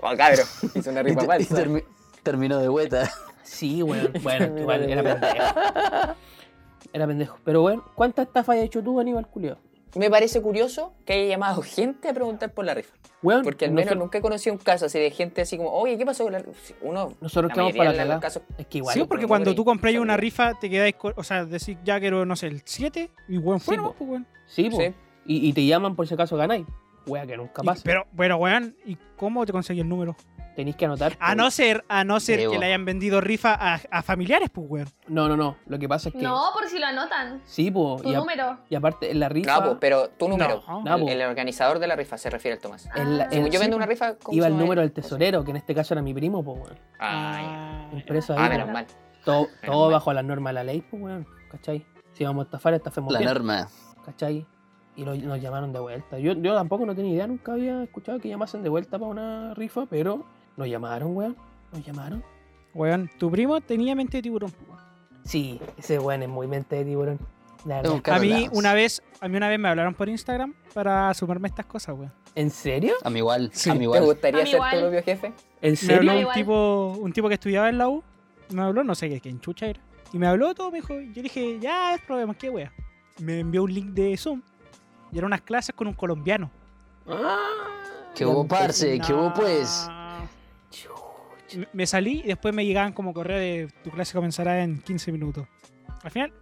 Bueno, cabrón, hizo una Y rifa te- y falsa. termi- terminó de vuelta. Sí, weón. Bueno, igual, era pendejo. Era pendejo. Pero bueno, ¿cuántas estafas has hecho tú, Aníbal Culio? Me parece curioso que haya llamado gente a preguntar por la rifa. Weón, Porque al menos nosotros- nunca he conocido un caso así de gente así como, oye, ¿qué pasó con la rifa? Uno, Nosotros la quedamos para mayoría de la cagada. los casos- Es que igual. Sí, Igual, porque pues, cuando no tú creí, compras no una creí. rifa, te quedáis, co- o sea, decís, ya quiero, no sé, el 7 y weón, fue Sí, nomás, po. pues, weón. Sí, po. Sí. Y, y te llaman por si acaso ganáis. Wea, que nunca Y- pasa. Pero, pero, weón, ¿y cómo te conseguí el número? Tenéis que anotar. A Ah, no ser, a no Sí, ser que bo. le hayan vendido rifa a, a familiares, pues, weón. No, no, no. Lo que pasa es que. No, por si lo anotan. Sí, po. Tu Y, a- número. y aparte, en la rifa. No, pues, pero tu número. No, no, el, pues. el organizador de la rifa se refiere al Tomás. en la- Ah. en- Según yo sí, vendo una po, rifa, ¿cómo Iba se el llama número él? del tesorero, que en este caso era mi primo, pues, weón. Ah, Ah, Impreso ya. ahí. Ah, menos po. mal. Todo, Menos todo mal. bajo las normas de la ley, pues, weón. ¿Cachai? Si vamos a estafar, estafemos La bien. norma. ¿cachai? Y lo- nos llamaron de vuelta. Yo, yo tampoco no tenía idea, nunca había escuchado que llamasen de vuelta para una rifa, pero nos llamaron, weón. Nos llamaron. Weón, tu primo tenía mente de tiburón, pues, weón. Sí, ese weón es muy mente de tiburón. La Es un verdad. ca- A Claro, mí, lados. una vez, a mí una vez me hablaron por Instagram para sumarme a estas cosas, weón. ¿En serio? A mí igual, Sí. a mí ¿Te igual. gustaría A mí ser igual. tu propio jefe? ¿En Me serio? habló un Igual. tipo, un tipo que estudiaba en la U, me habló, no sé qué, quién chucha era. Y me habló todo, me dijo, yo le dije, ya, es problema, qué wea. Me envió un link de Zoom y eran unas clases con un colombiano. Ah, Que hubo parce, que hubo Nah. pues. Me- Me salí y después me llegaban como correo de tu clase comenzará en 15 minutos. Al final,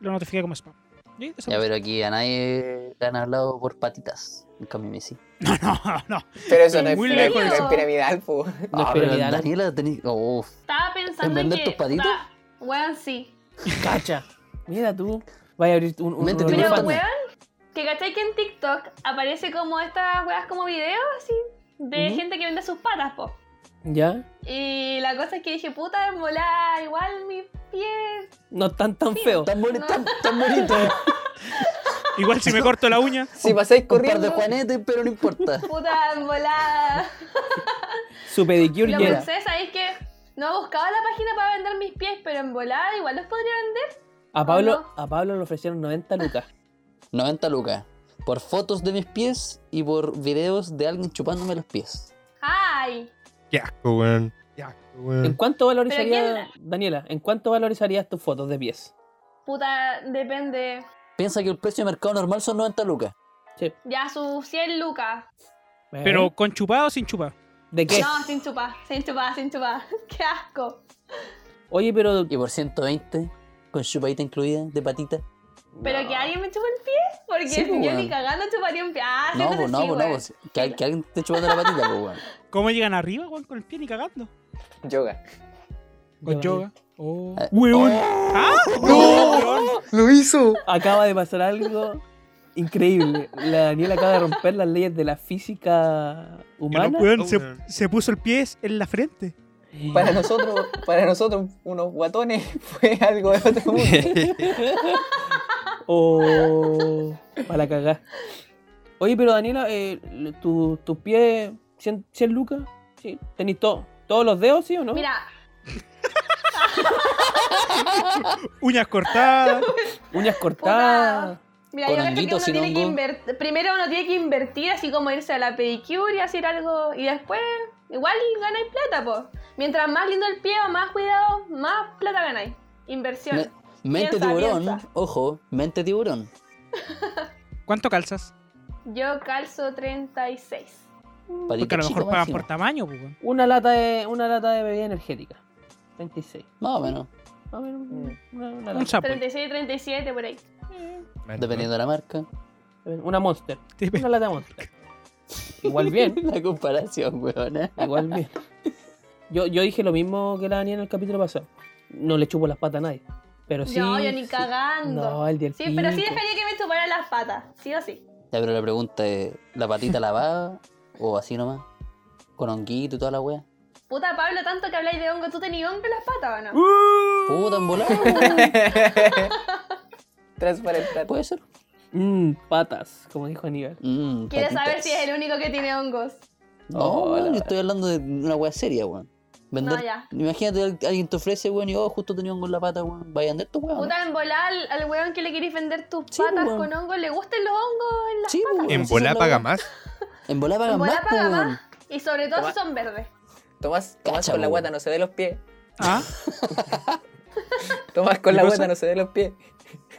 lo notifiqué como spam. Y eso- pues. Ya, pero aquí a nadie le han hablado por patitas. En cambio, a mí [laughs] sí. No, no, no. Pero eso no es, Muy no es- lejos. no es piramidal, pu. No es Ah, pero piramidal. Daniela tenía. Oh, uf. Estaba pensando ¿En en vender que. tus patitas? ta- Weón, sí. Cacha. Mira tú. Vaya a abrir un, un, Métete un un Pero OnlyFans. Fat weón, que cachai que en TikTok aparece como estas weas como videos así de Ujú. gente que vende sus patas, po. ¿Ya? Y la cosa es que dije, puta, en volar, igual mis pies. No están tan feos. tan, boni- [laughs] No. tan, tan bonito. Igual si me corto la [laughs] uña. Si pues, pasáis Un par corriendo. de juanetes, pero no importa. [laughs] Puta, [laughs] en volar. Su pedicure Lo llena. pensé, sabéis que no he buscado la página para vender mis pies, pero en volar igual los podría vender. A Pablo, no? a Pablo le ofrecieron 90 lucas. 90 lucas. Por fotos de mis pies y por videos de alguien chupándome los pies. ¡Ay! Qué asco, weón. Qué asco, ¿En weón. cuánto valorizaría, ¿Pero Daniela, en cuánto valorizarías tus fotos de pies? Puta, depende. Piensa que el precio de mercado normal son 90 lucas. Ya sus 100 lucas. Pero ¿Eh? con chupado o sin chupado. ¿De qué? No, sin chupar, sin chupar, sin chupar. [laughs] ¡Qué asco! Oye, pero Y por 120, con chupadita incluida, de patita. Pero que alguien me chupa el pie, porque Sí, yo pues, ni weón. cagando chuparía un pie. Ah, sí, No, entonces pues no, sí, pues no. weón. pues, que, al- que alguien te esté chupando la patita, pues, [laughs] weón. ¿Cómo llegan arriba, weón, con el pie ni cagando? [laughs] Yoga. Con Yo- yoga. Oh. Eh, ¡Weón! ¡Ah! ¡No! ¡Lo hizo! Acaba de pasar algo increíble. La Daniela acaba de romper las leyes de la física humana. Weón, se, se puso el pie en la frente. Para nosotros, para nosotros, unos guatones, [laughs] fue algo de otro mundo. [laughs] O para la cagá. Oye, pero Daniela, eh, tu- tus pies 100, 100 lucas, sí, tenéis todo. ¿Todos los dedos, sí o no? Mira, Uñas cortadas. Uñas cortadas. mira, Con yo creo que honguito, uno sin tiene que hongo. invertir. Primero uno tiene que invertir, así como irse a la pedicure y hacer algo. Y después, igual ganáis plata, pues. Mientras más lindo el pie o más cuidado, más plata ganáis. Inversión. Me- mente Piensa, tiburón, piensa. ojo, mente tiburón. ¿Cuánto [laughs] calzas? Yo calzo 36. Patita Porque a lo chica mejor pagan máximo. por tamaño, pues, weón. Una lata de una lata de bebida energética. 26. Más o menos, A ver, una, una Un lata. Ah, pues. sapo. 36, 37, por ahí. dependiendo de la marca. [laughs] Una Monster. Te- Una lata de Monster. Igual bien. la comparación, weón. eh. Igual bien. Yo, yo dije lo mismo que la Daniela en el capítulo pasado. No le chupo las patas a nadie. Pero sí. no, yo ni sí. cagando. No, el del Sí, pero sí pico. dejaría que me chupara las patas, sí o sí. Ya, pero la [laughs] pregunta es, ¿la patita lavada o así nomás? Con honguito y toda la wea. Puta, Pablo, tanto que habláis de hongo, ¿tú tenías hongo en las patas o no? Uh, Puta, en volada, [laughs] weón. Transparentar. Puede ser. Mmm, patas, como dijo Aníbal. Mm, Quiero saber patitas. si es el único que tiene hongos. No, No, weón, la- yo estoy hablando de una weá seria, weón. Vender. No, ya. Imagínate, al- alguien te ofrece, weón, y oh, justo tenía hongo en la pata, weón. Vaya a vender tu weón. Puta, en volar al, al weón que le querís vender tus Sí, patas pues, weón. con hongos, le gustan los hongos en las Sí, patas. weón. En Esa volá es la paga weá. más. En volada pagan En volá más, po, pues, pagan weón. más. Y sobre todo si son verdes. Tomás, Tomás Cacha, con la weón. guata no se ve los pies. Ah, Tomás con ¿Qué la cosa? guata no se ve los pies.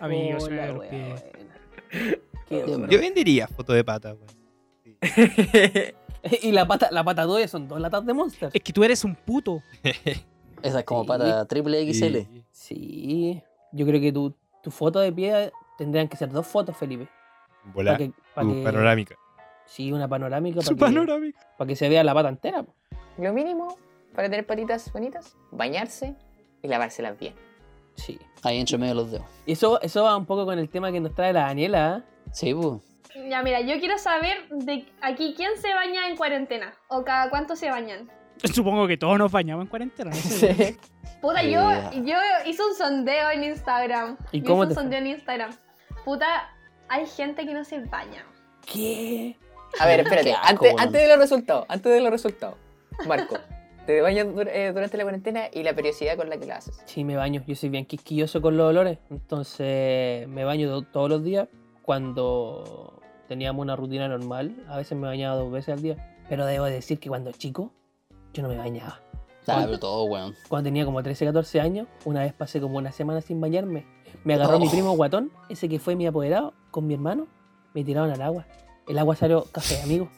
Oh, amigo, se me Hola, ve los wea, pies. buena. Qué Dios horror. Yo vendería foto de pata, weón. [laughs] y la pata, la pata 2 son dos latas de Monster. Es que tú eres un puto. Esa es como Sí. para triple XL. Y- Sí, yo creo que tu, tu foto de pie tendrían que ser dos fotos, Felipe. En Para volá. que, pa' Tu que- panorámica. Sí, una [laughs] panorámica. Su para que, panorámica. pa' que se vea la pata entera. po. Lo mínimo para tener patitas bonitas, bañarse y lavárselas bien. Sí. Ahí entre medio de los dedos. Y Eso, eso va un poco con el tema que nos trae la Daniela. ¿eh? Sí, pues. Ya, mira, yo quiero saber de aquí quién se baña en cuarentena o cada cuánto se bañan. Supongo que todos nos bañamos en cuarentena. ¿no? [laughs] Puta, yo, Yeah. yo hice un sondeo en Instagram. ¿Y Yo cómo te hice un fue? sondeo en Instagram. Puta, hay gente que no se baña. ¿Qué? A ver, espérate, Qué asco, antes, weón. antes de los resultados, antes de los resultados. Marco, te bañas dur- eh, durante la cuarentena y la periodicidad con la que la haces. Sí, me baño. Yo soy bien quisquilloso con los olores. Entonces me baño do- todos los días. Cuando teníamos una rutina normal, a veces me bañaba dos veces al día. Pero debo decir que cuando chico, yo no me bañaba. Ah, pero todo, weón. Cuando tenía como 13, 14 años, una vez pasé como una semana sin bañarme. Me agarró mi Oh. primo guatón, ese que fue mi apoderado, con mi hermano. Me tiraron al agua. El agua salió café, [laughs] amigo.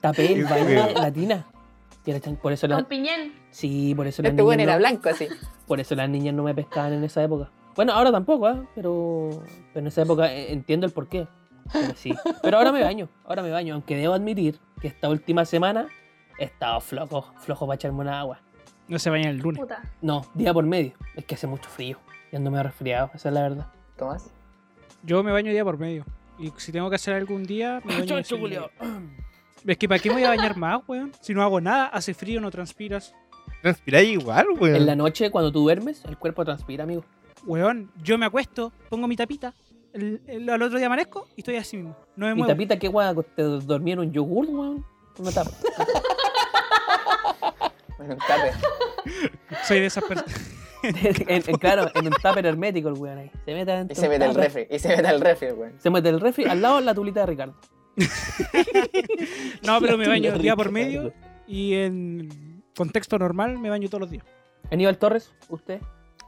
Tapé el baño feo. latina. Y ahora están- Por eso, Con la- piñén. sí, por eso las Ah. Este weón niñas era no- blanco así. por eso las niñas no me pescaban en esa época. Bueno, ahora tampoco, ¿ah? pero, pero en esa época eh, entiendo el porqué. Pero sí. Pero ahora me baño, ahora me baño. Aunque debo admitir que esta última semana he estado flojo, flojo para echarme una agua. No se bañan el lunes. Puta. No, día por medio. Es que hace mucho frío. Y ando medio resfriado, esa es la verdad. Tomás, Yo me baño día por medio. Y si tengo que hacer algún día, me baño. ese día. Es que ¿para qué me voy a bañar más, weón? Si no hago nada, hace frío, no transpiras. Transpiráis igual, En la weón. noche, cuando tú duermes, el cuerpo transpira, amigo. Weón, yo me acuesto, pongo mi tapita, el- el- al otro día amanezco y estoy así mismo. No me Mi muevo. tapita, qué guapo, te dormí en un yogur, weón. Una tapa. [laughs] bueno, tape. Soy [laughs] de esas personas. En- en- claro, en un tupper hermético el weón ahí. Se mete adentro Y se un mete el tupper. refri, y se mete el refri, weón. Se mete el refri al lado de la tulita de Ricardo. [laughs] No, pero me baño Ricardo. día por medio y en contexto normal me baño todos los [laughs] días. Aníbal Torres, usted.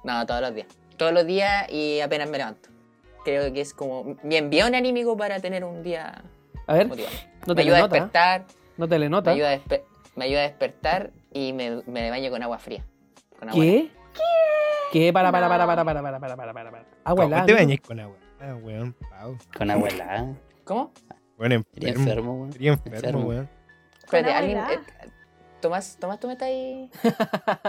No, todos los días. Todos los días y apenas me levanto. Creo que es como mi envío anímico para tener un día A ver, motivado. no me te ayuda le a nota. ¿eh? despertar, No te le me nota. ayuda a, despe- me ayuda a despertar y me, me baño con agua fría. Con agua ¿Qué? ¿Qué? Para, para, para, No. para, para, para, para, para, para, para. Agua ¿Cómo helada, te amigo. bañas con agua? Ah, weón, pau. Con abuela. ¿Cómo? Weón, Sería enfermo. enfermo, weón. Sería enfermo, Enfermo. weón. Espérate, agua alguien. helada? eh, Tomás, Tomás, tú me estás ahí.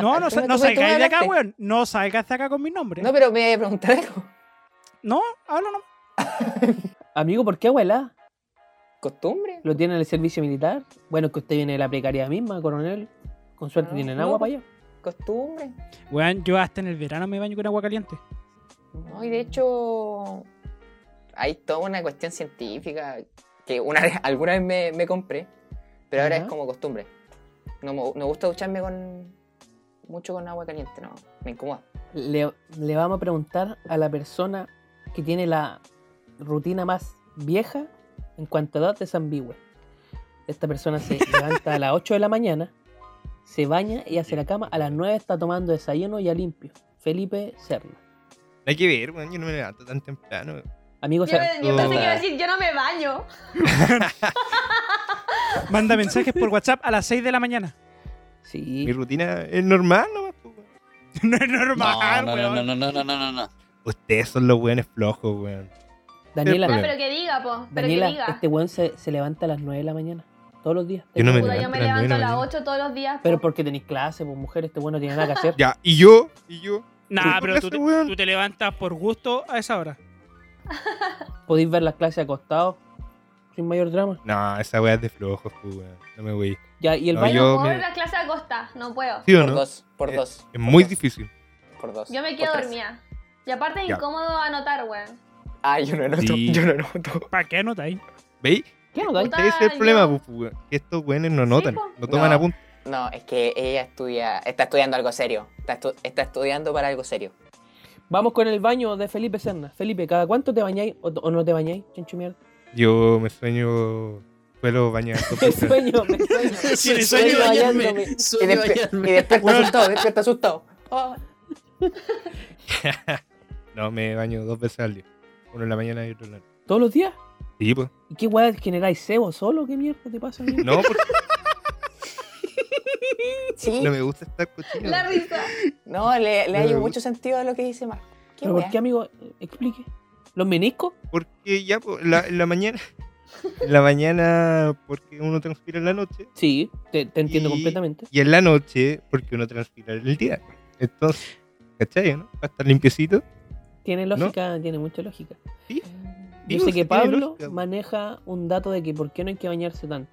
No, no, Tú me- tú me- tú sa- no me salgáis de acá, hablaste. weón. No salgas de acá con mi nombre. No, pero me preguntar algo. [laughs] No, habla no. Amigo, ¿por qué agua helada? ¿Costumbre? ¿Lo tiene en el servicio militar? Bueno, es que usted viene de la precariedad misma, coronel. Con suerte Ah, tienen no, agua pues. para allá. ¿Costumbre? Weón, yo hasta en el verano me baño con agua caliente. No, y de hecho. Hay toda una cuestión científica que una vez, [laughs] alguna vez me, me compré, pero ahora Ya. es como costumbre. No me no gusta ducharme con. mucho con agua caliente, no. Me incomoda. Le, le vamos a preguntar a la persona que tiene la rutina más vieja en cuanto a edad es ambigua. Esta persona [laughs] se levanta a las 8 de la mañana, se baña y hace la cama. A las 9 está tomando desayuno ya limpio. Felipe Serna. No hay que ver, weón. Yo no me levanto tan temprano. weón. Amigos, Yo, me- yo tú- pensé que iba a decir, yo no me baño. Manda mensajes [laughs] por WhatsApp a las 6 de la mañana. sí. Mi rutina es normal, nomás, po, weón. [laughs] No es No, normal, no, weón. no, no, no, no, no, no, no. Ustedes son los weones flojos, weón. Daniela, Ah, Bien. pero que diga, po. Pero que Daniela, diga. este weón se, se levanta a las 9 de la mañana. Todos los días. Yo no me Puta, yo me Levanto a las nueve de la levanto a las mañana. 8 todos los días. po. Pero porque tenéis clase, pues mujer, este weón no tiene nada que [laughs] hacer. Ya, y yo, y yo. Nah, pero tú Ese te, weón. tú te levantas por gusto a esa hora. Podéis ver las clases acostados sin mayor drama. No, esa weá es de flojos, po, pues, weón. No me voy. Ya, y el No, baño. yo Yo puedo me- ir a la clase a costa, no puedo. ¿Sí o Por no? Es dos, por Eh, dos. por muy dos, difícil. Por dos. Yo me por quedo tres. dormida. Y aparte es Ya. incómodo anotar, weón. Ah, yo no noto, Sí. yo no noto. ¿Para qué anotáis? ¿Veis? ¿Qué no dais? Puta, Ese es el problema, yo- pues. pues, weón, que estos weones no notan, po. no toman No. apuntes. No, es que ella estudia, está estudiando algo serio. Está, estu- está estudiando para algo serio. Vamos con el baño de Felipe Serna. Felipe, ¿cada cuánto te bañáis o, o no te bañáis? Chancho [laughs] mierda. Yo me sueño, suelo bañar. dos [laughs] Me veces. sueño, me sueño. [laughs] Sueño sueño bañarme, bañándome. Y, sueño despe- bañarme. y despierta asustado, despierta asustado. Ah. no, me baño dos veces al día. Uno en la mañana y otro en la noche. ¿Todos los días? Sí, pues. ¿Y qué weá generáis cebo solo? ¿Qué mierda te pasa? mierda? No, porque Sí, no me gusta estar cochino. La risa. no, le, le hallo Pero- mucho sentido a lo que dice Marco. [laughs] ¿Qué ¿Pero por wea? qué, amigo? Explique. ¿Los meniscos? Porque ya, pues, la, en la mañana. [laughs] En la mañana, porque uno transpira en la noche. Sí, te, te entiendo Y- completamente. Y en la noche, porque uno transpira en el día. Entonces, ¿cachai? ¿no? Para estar limpiecito. Tiene lógica, tiene mucha lógica. Sí, Yo pues, sé sí tiene que Pablo lógica, pues. maneja un dato de que por qué no hay que bañarse tanto.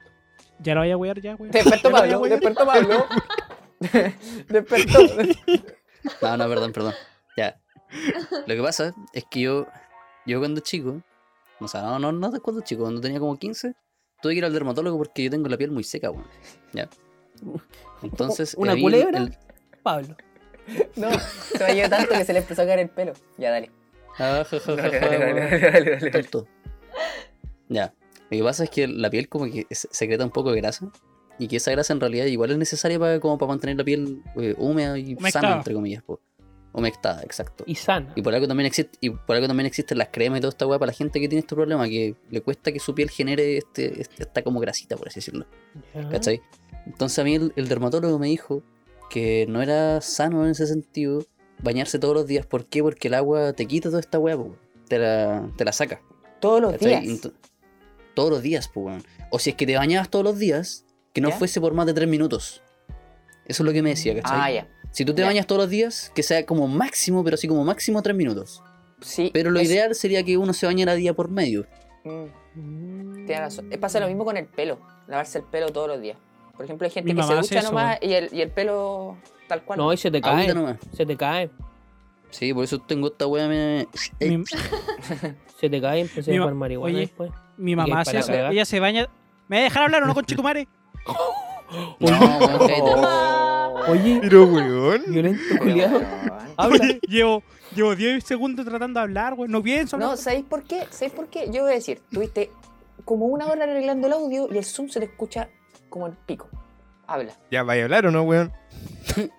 Ya lo voy a wear, ya, weón. Despertó Ya lo voy a Pablo, wear. despertó Pablo. [laughs] despertó. [laughs] No, no, perdón, perdón. [laughs] Ya. Lo que pasa es que yo, yo cuando chico, o sea, no, no, no de cuando chico, cuando tenía como 15, tuve que ir al dermatólogo porque yo tengo la piel muy seca, weón. Ya. Entonces. ¿Una había culebra? el- Pablo. No, se bañó tanto que se le empezó a caer el pelo. Ya, dale. Ah, ja, ja, ja, Dale, ja, dale, dale, weón. dale, dale, dale, dale. Tonto. Ya. Lo que pasa es que la piel como que se- secreta un poco de grasa. Y que esa grasa en realidad igual es necesaria para, como para mantener la piel eh, húmeda y Humectada. sana, entre comillas. po. Humectada, exacto. Y sana. Y por algo también existe, y por algo también existen las cremas y toda esta weá para la gente que tiene este problema, que le cuesta que su piel genere este, este- esta como grasita, por así decirlo. Ya. Ah. ¿Cachai? Entonces a mí el, el dermatólogo me dijo que no era sano en ese sentido bañarse todos los días. ¿Por qué? Porque el agua te quita toda esta weá, po, te la, te la saca. Todos los ¿cachai? días. Ento- todos los días, pues, weón. O si es que te bañabas todos los días, que no ¿Ya? fuese por más de tres minutos. Eso es lo que me decía, ¿cachai? Ah, ya. Si tú te ya. bañas todos los días, que sea como máximo, pero así como máximo tres minutos. Sí. Pero lo es- ideal sería que uno se bañara día por medio. Mm, Mm. tienes razón. Eh, Pasa lo mismo con el pelo. Lavarse el pelo todos los días. Por ejemplo, hay gente Mi que se mamá ducha hace eso, nomás y el, y el pelo tal cual. [laughs] No, y se te cae. Ahorita nomás. Se te cae. Ah, eh. Sí, por eso tengo esta weá. me- Mi, Se te cae y empecé a Mi ma- jugar marihuana Oye. después. mi Y mamá es para hace eso. cagar. Ella se baña. ¿Me voy a dejar hablar o no con Chitumare? No, weón, [laughs] cállate. Oye, Pero, weón. [laughs] violento Pero culiado. bueno. Habla. Oye, [laughs] Llevo, llevo 10 segundos tratando de hablar, güey. No pienso. No, hablar. ¿sabéis por qué? ¿Sabéis por qué? Yo voy a decir, tuviste como una hora arreglando el audio y el Zoom se te escucha como el pico. Habla. Ya, vaya a hablar o no, weón.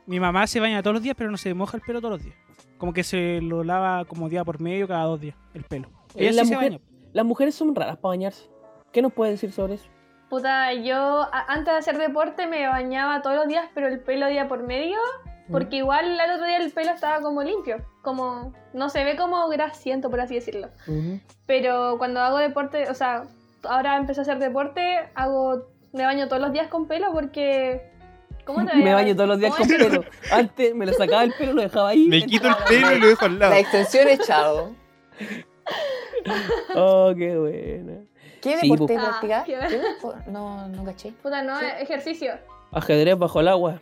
Mi mamá se baña todos los días, pero no se moja el pelo todos los días. Como que se lo lava como día por medio, cada dos días, el pelo. Eh, Ella la sí se mujer- baña. Las mujeres son raras para bañarse. ¿Qué nos puede decir sobre eso? Puta, yo a- antes de hacer deporte me bañaba todos los días, pero el pelo día por medio, Mm. porque igual al otro día el pelo estaba como limpio, como no se ve como grasiento, por así decirlo. Ujú. Pero cuando hago deporte, o sea, ahora empecé a hacer deporte, hago me baño todos los días con pelo porque [laughs] ¿cómo te Me baño todos los días con ¿Cómo es? pelo. Antes me lo sacaba el pelo, lo dejaba ahí. Me quito el pelo y lo dejo al La lado. extensión echado. Oh, qué bueno. ¿Qué Sí, deporte po. Ah, practicás? qué ¿Qué depo- No, no caché. Puta, no, [laughs] ejercicio. Ajedrez bajo el agua.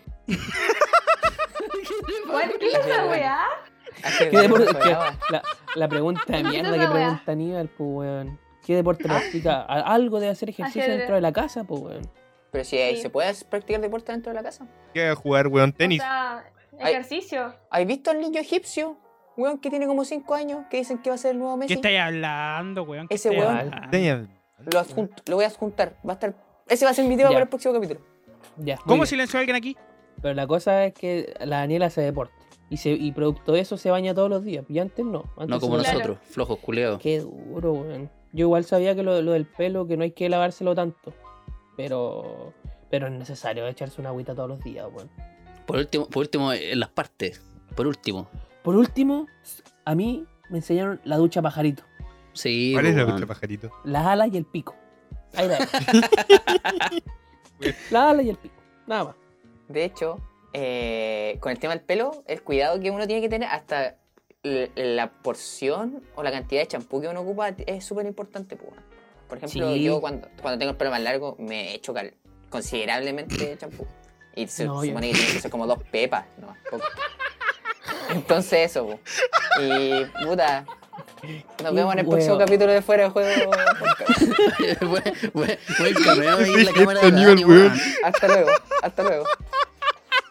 Bueno, ¿Qué es esa weá? [laughs] ¿Qué deporte? qué- la, la pregunta de ¿Qué es mierda que esa weá? Ah. pregunta Aníbal, pues, weón. ¿Qué deporte practica? A- Algo de hacer ejercicio Ajedrez. dentro de la casa, pues, weón. Pero si eh, Sí. se puede practicar deporte dentro de la casa. ¿Qué a jugar, weón? O Tenis. sea, Ay. ejercicio. ¿Has visto al niño egipcio? Weón que tiene como 5 años, que dicen que va a ser el nuevo ¿Qué Messi. estáis hablando, weón? ¿Qué Ese estáis weón. hablando? Tenis. Lo, adjunto- lo voy a adjuntar. Va a estar. Ese va a ser mi tema Ya. para el próximo capítulo. Ya. muy ¿Cómo bien. silenció alguien aquí? Pero la cosa es que la Daniela hace deporte. Y, se, y producto de eso se baña todos los días. Y antes no. Antes No como se- Claro. nosotros, flojos, culeados. Qué duro, weón. Yo igual sabía que lo, lo del pelo, que no hay que lavárselo tanto. Pero. Pero es necesario echarse una agüita todos los días, weón. Por último, por último, en las partes. Por último. Por último, a mí me enseñaron la ducha pajarito. Sí. ¿Cuál es la weón. ducha, pajarito? Las alas y el pico. Ahí la dejo. Las alas y el pico. Nada más. De hecho, eh, con el tema del pelo, el cuidado que uno tiene que tener hasta l- la porción o la cantidad de champú que uno ocupa es súper importante. po, weón. Por ejemplo, Sí. yo cuando, cuando tengo el pelo más largo me echo cal- considerablemente champú. Y se No, yo- supone que tiene que ser como dos pepas, no más poco. Entonces eso, po. Y puta. Nos Y vemos en el huevo. próximo capítulo de Fuera de Juego. Podcast. [laughs] Fue fue- fue el cameo ahí en la cámara de Este nivel, Dani, weón. weón. Hasta luego, hasta luego.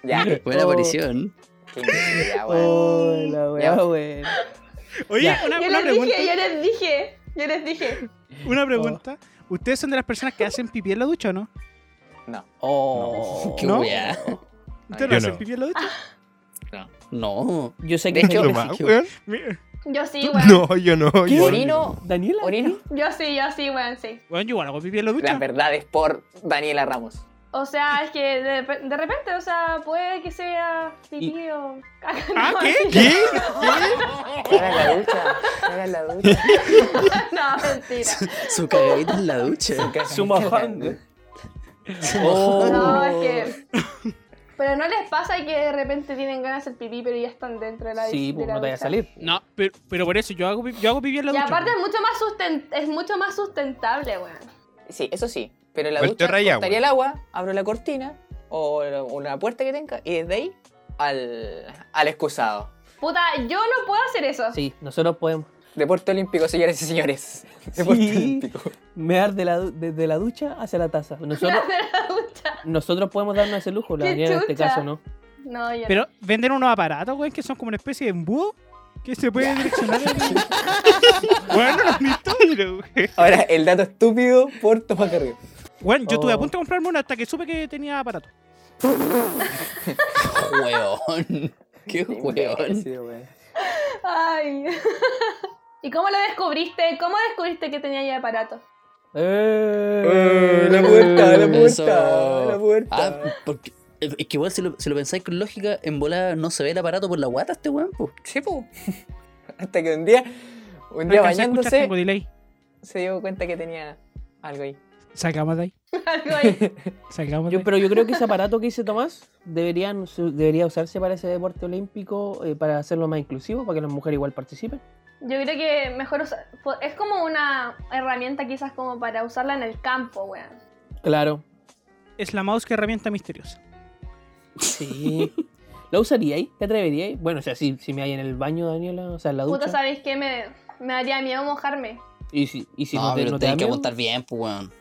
Ya, qué Buena Oh. aparición. imbécil, ya, weón. Oh, la Ah, Ya. weá, weón. Oye, Ya. una, Yo una les pregunta. dije, yo les dije, yo les dije. Una pregunta. ¿Ustedes son de las personas que hacen pipí en la ducha o no? No, Oh, Qué ¿No? weá. ¿Ustedes Yo no hacen no. pipí en la ducha? No. Yo sé [laughs] De que hecho, gente Lo que más, sí, weón. Mi- Yo sí, weón. No, yo no. ¿Qué? Oh. Yo Orino, Daniela, orino. Yo sí, yo sí, weón, sí. Weón, yo igual hago pipí en la Las ducha. verdades por Daniela Ramos. O sea, es que de, de repente, o sea, puede que sea pipí o caca. Ah, [laughs] no, ¿qué? ¿Qué? No hagas la ducha, no hagas la ducha. [laughs] No, mentira. Su cagadita en la ducha. su mojando. Oh. Oh. No, es que. Oh. [laughs] Pero no les pasa que de repente tienen ganas de hacer pipí, pero ya están dentro de la Sí, de pues la no te vaya a ducha. salir. No, pero, pero por eso yo hago, pi- yo hago pipí en la Y ducha. aparte es weón. mucho más, susten- es mucho más sustentable, weón. Sí, eso sí. Pero en la Vuelta ducha raya, cortaría weón. el agua, abro la cortina o la- o la puerta que tenga y desde ahí al, al excusado. Puta, yo no puedo hacer eso. Sí, nosotros podemos. Deporte olímpico, señores y señores. Deporte Sí. olímpico. Mear de la, du- desde la ducha hacia la taza. Nosotros, Hacer [laughs] la ducha. nosotros podemos darnos ese lujo, la ¡Qué Daniela en este chucha! caso, ¿no? No, yo Pero venden unos aparatos, weón, que son como una especie de embudo que se puede direccionar. el- Weón, no lo has visto. Ahora, el dato estúpido por Tomás Carrillo. Weón, yo estuve Oh. a punto de comprarme uno hasta que supe que tenía aparato. Weón. Qué weón. Imbécil, [laughs] weón. no. Ay. [laughs] ¿Y cómo lo descubriste? ¿Cómo descubriste que tenía ahí aparato? [laughs] Eh, Eh, la puerta, la puerta, Eso. la puerta. Ah, porque. Es que igual si lo, si lo pensáis con lógica, en bola no se ve el aparato por la guata este weón, po. Sí, po. [laughs] Hasta que un día, un No día alcancé a escuchar, bañándose, tengo delay. se dio cuenta que tenía algo ahí. Salgamos de ahí. Algo ahí. [laughs] Salgamos de eh, Yo, ahí. pero yo creo que ese aparato que dice Tomás deberían, su- debería usarse para ese deporte olímpico, eh, para hacerlo más inclusivo, para que las mujeres igual participen. Yo creo que mejor usar. Es como una herramienta quizás como para usarla en el campo, weón. Claro, Es la mouse que herramienta misteriosa. sí. [laughs] ¿La usaríais? ¿Te atreveríais? Bueno, o sea, si, si me hay en el baño, Daniela, o sea, en la Puta, ducha. ¿sabéis qué? Me, me daría miedo mojarme. Y si, y si no, no, te, pero no te da tenés que miedo? aguantar bien, po, weón.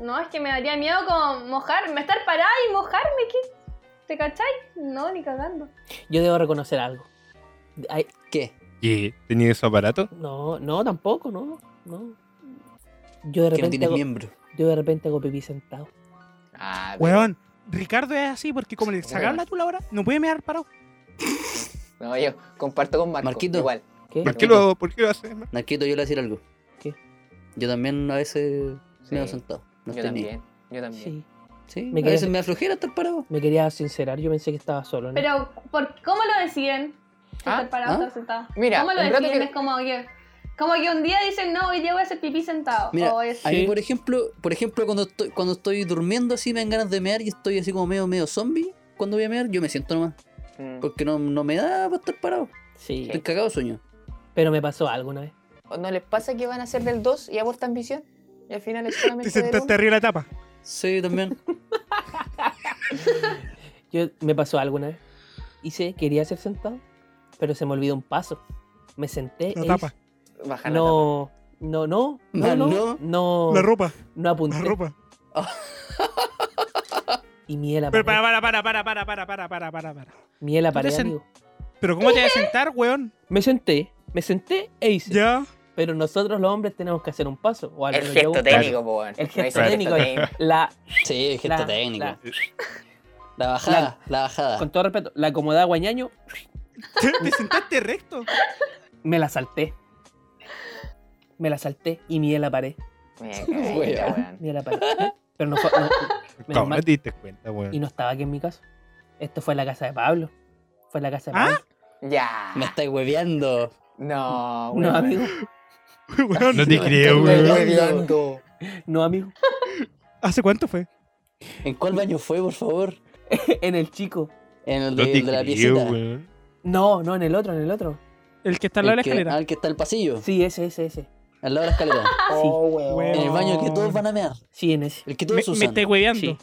No, es que me daría miedo como mojarme, estar parada y mojarme, ¿qué? ¿Te cachai? No, ni cagando. Yo debo reconocer algo. Ay, ¿Qué? ¿Qué? ¿Tenía ese aparato? no, no, tampoco, no, no. Yo de Que no repente, tienes hago, miembro. yo de repente hago pipí sentado. Ah, pero- Weón, Ricardo es así porque como le sacaron la tula ahora, no puede mear parado. No, yo comparto con Marco. Marquito. Igual. ¿Qué? ¿Por qué lo, por qué lo haces? man? Narquito, yo le voy a decir algo. ¿Qué? Yo también a veces Sí, me he sentado. No yo estoy ni- también. Yo también. Sí, Sí, Me a quedé- veces me aflojera estar parado. me quería sincerar, yo pensé que estaba solo. ¿no? Pero, ¿por, ¿cómo lo deciden? Si Ah, estar parado o ah. estar sentado. Mira, ¿Cómo lo un rato deciden? que- Es como que, como que un día dicen, no, hoy día voy a hacer pipí sentado. Mira, o es- A mí, Sí. por ejemplo, por ejemplo cuando, estoy, cuando estoy durmiendo así, me dan ganas de mear y estoy así como medio, medio zombie, cuando voy a mear, yo me siento nomás. Mm. Porque no, no me da para estar parado. Sí, Estoy cagado de sueño. pero me pasó algo una vez. ¿O ¿No les pasa que van a ser del 2 y abortan visión? Y al final es solamente. Te del sentaste uno? arriba de la tapa. Sí, también. Yo, me pasó algo una vez. Hice, quería ser sentado, pero se me olvidó un paso. Me senté. La e tapa. Baja hice- la No, no, no, no, Ah, no, no. no, La ropa. no La apunté ropa. y miel la Pero para, pared, para, para, para, para, para, para, para, para, para. miel la ¿Tú te pared, sen- amigo. Pero ¿cómo te vas a sentar, weón? Me senté, me senté e hice. Ya. Pero nosotros los hombres tenemos que hacer un paso. O al tapa. El menos yo gesto hago- técnico, po, weón. El No gesto hice el técnico. [laughs] La, Sí, gesto La- técnico. la- La, bajada, la, bajada. con todo respeto, la acomodada guañaño Te, te sentaste recto. me la salté. Me la salté y miel la pared. Me [laughs] cagué, Weón. weón. Miel la pared. Pero no fue. no- menos ¿Cómo mal. te diste cuenta, weón? Y [laughs] no estaba aquí en mi casa. Esto fue en la casa de Pablo. Fue en la casa de ¿Ah? Pablo. Ya. Me estáis hueveando. No, No, weón. amigo. Weón, No te creo, Me estoy weón. hueveando. No, amigo. [laughs] ¿Hace cuánto fue? ¿En cuál baño fue, por favor? en el chico. En el No de, te el de la creo, piecita. weón. No, no, en el otro, en el otro. El que está al El lado de la que- escalera. ah, el que está en el pasillo. Sí, ese, ese, ese. Al lado de la escalera. Oh, weón. Weón. En el baño que todos van a mear. Sí, en ese. El que Me, todos me usan. estáis hueveando. Sí.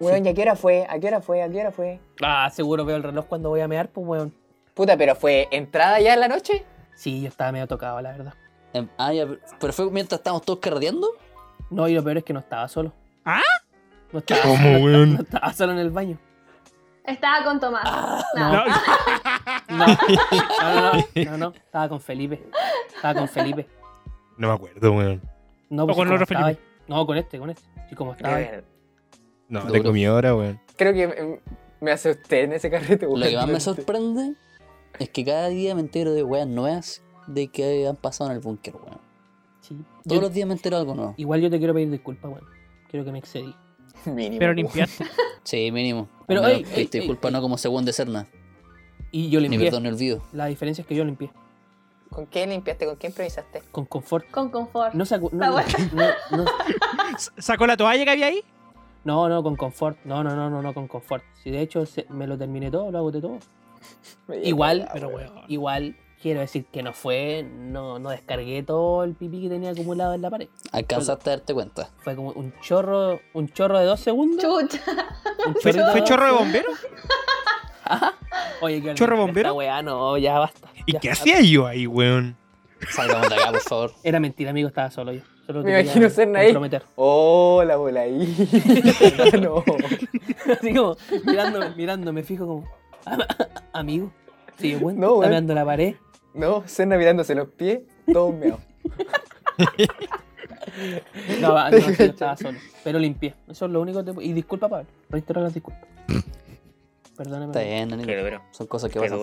Weón, ¿y a qué hora fue? ¿A qué hora fue? ¿A qué hora fue? Ah, seguro veo el reloj cuando voy a mear, pues weón. Puta, pero fue entrada ya en la noche. Sí, yo estaba medio tocado, la verdad. Em, Ah, ya, pero fue mientras estábamos todos carreteando. No, y lo peor es que no estaba solo. [laughs] ¿Ah? No estaba, ¿Cómo, no weón? estaba solo en el baño. Estaba con Tomás. Nada. No, No, no, no, [laughs] no, no, estaba con Felipe. Estaba con Felipe. No me acuerdo, weón. No, O pues, con sí, el otro como estaba ahí. No, con este, con este. Sí, como estaba ahí. Eh, No, Duro. tengo miedo ahora, weón. Creo que mm, me hace usted en ese carrete, Lo que más me weón. sorprende es que cada día me entero de weas nuevas de que han pasado en el búnker, weón. Sí. Yo- Todos los días me entero de algo nuevo. igual yo te quiero pedir disculpas, weón. Creo que me excedí. [laughs] Mínimo, [laughs] pero weón. limpiaste. Sí, mínimo. Pero, Al menos ey, pediste ey, disculpas ey, no como segundo de Serna. Y yo Ni limpié. perdón ni olvido. La diferencia es que yo limpié. ¿Con quién limpiaste? ¿Con quién improvisaste? Con confort. Con confort. No se acu- Ah, no, bueno. no, no, [laughs] S- ¿Sacó la toalla que había ahí? no, no, con confort. No, no, no, no, no, con confort. Si de hecho se- me lo terminé todo, lo agoté todo. Igual, Pero weón. igual quiero decir que no fue, no, no descargué todo el pipí que tenía acumulado en la pared. Alcanzaste a darte cuenta. Fue como un chorro, un chorro de dos segundos. Chucha. un ¿Fue, chorrito de fue dos- chorro de bombero? Ajá. Oye, qué ¿Chorro horrible, bombero? esta weá, no, ya basta. ¿Y ya. qué hacía yo ahí, weón? Salgamos de acá, por favor. Era mentira, amigo, estaba solo yo. Solo Me te quería imagino ser ahí. comprometer. Oh, la [laughs] bola ahí. no. Así como, mirando, mirando, me fijo como, "Ah, amigo. Sí, bueno, No, está weón. mirando la pared. No, Serna mirándose los pies, todo meado. No, va, no, sí, yo estaba solo. Pero limpié. Eso es lo único que te- Y disculpa, Pablo. Reitero las disculpas. Perdóname. Está bien, no hay- duro, Son cosas que pasan.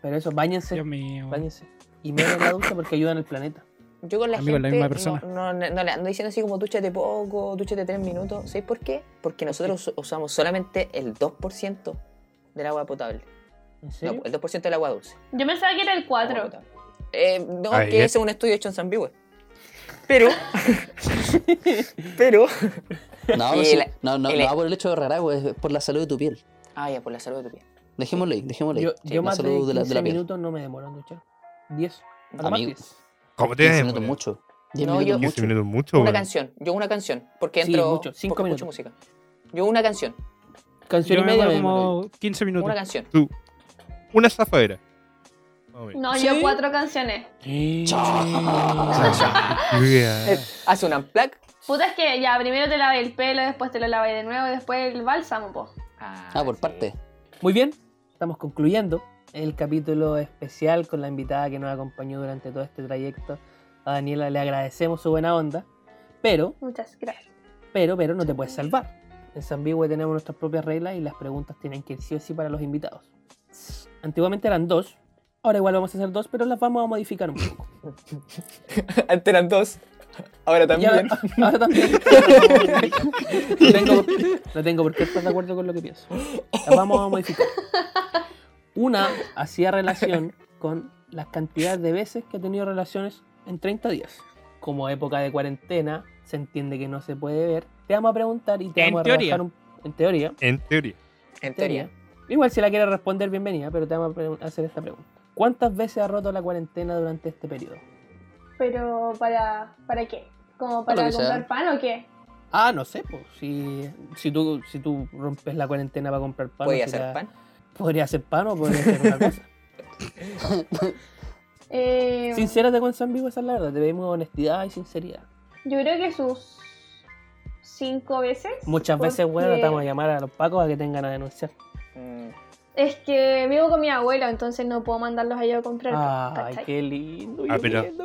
Pero eso, báñense. Dios mío. weón. Báñense. Y menos la ducha porque ayudan al planeta. Yo con la Amigo, la gente misma persona. No, no- no le ando diciendo así como dúchate poco, dúchate tres minutos. ¿Sabes por qué? Porque nosotros us- usamos solamente el 2% del agua potable. ¿En No, serio? el 2% del agua dulce. Yo pensaba que era el Agua 4. potable. Eh, no, Ahí que es. ese es un estudio hecho en San [laughs] Biwe. Pero, pero... No, Y sí, la- no, no, y no la- va por el e- hecho de rara, güey, es por la salud de tu piel. Ah, ya, por la salud de tu piel. Dejémoslo ahí, dejémoslo ahí. yo Sí, yo la más de salud 15 de la, de la piel. minutos no me demoro en duchar. 10. A lo más Amigo. 10. ¿Cómo te 15 ves, minutos weón? mucho. 10 No, yo- minutos 15 mucho. minutos mucho, Una weón. canción, yo una canción, porque Sí, entro... mucho, cinco porque minutos. escucho música. Yo una canción, Canción Yo y me media. demoro me demoro. como 15 minutos. una canción. Una zafadera. Más o menos. No, ¿Sí? yo cuatro canciones. Ah, Eh, Wea. Ah. Hace un [laughs] unplug. Puta, es que ya primero te lavé el pelo, después te lo lavé de nuevo y después el bálsamo, po. [laughs] Ah, por sí. parte. Muy bien. Estamos concluyendo el capítulo especial con la invitada que nos acompañó durante todo este trayecto. A Daniela le agradecemos su buena onda. Pero Muchas gracias. pero, pero no te puedes salvar. En Zambigüe tenemos nuestras propias reglas y las preguntas tienen que ir sí o sí para los invitados. Antiguamente eran dos, ahora igual vamos a hacer dos, pero las vamos a modificar un poco. Antes eran dos, ahora Y también. ahora, ahora [laughs] también. No tengo, no tengo por qué estar de acuerdo con lo que pienso. Las vamos a modificar. Una hacía relación con la cantidad de veces que ha tenido relaciones en 30 días. Como época de cuarentena, se entiende que no se puede ver. Te vamos a preguntar y te En vamos a teoría. rebajar un- en teoría. En teoría. En teoría. teoría. Igual si la quieres responder, bienvenida, pero te vamos a pre- hacer esta pregunta. ¿Cuántas veces ha roto la cuarentena durante este periodo? Pero, ¿para, para qué? ¿Como Para para que sea. comprar pan o qué? Ah, no sé, pues. Si, si, tú, si tú rompes la cuarentena para comprar pan, Podía no sé, hacer la- pan. Podría hacer pan o podría hacer una cosa. [laughs] Eh, Sincérate con San Vivo, esa es la verdad. Te pedimos honestidad y sinceridad. Yo creo que sus cinco veces. Muchas veces, porque bueno, te vamos a llamar a los pacos a que tengan a denunciar. Mm, Es que vivo con mi abuela, entonces no puedo mandarlos a ella a comprar. pan, Ay, ¿cachai? Ah, qué lindo. yo Ah, queriendo pero- Para ir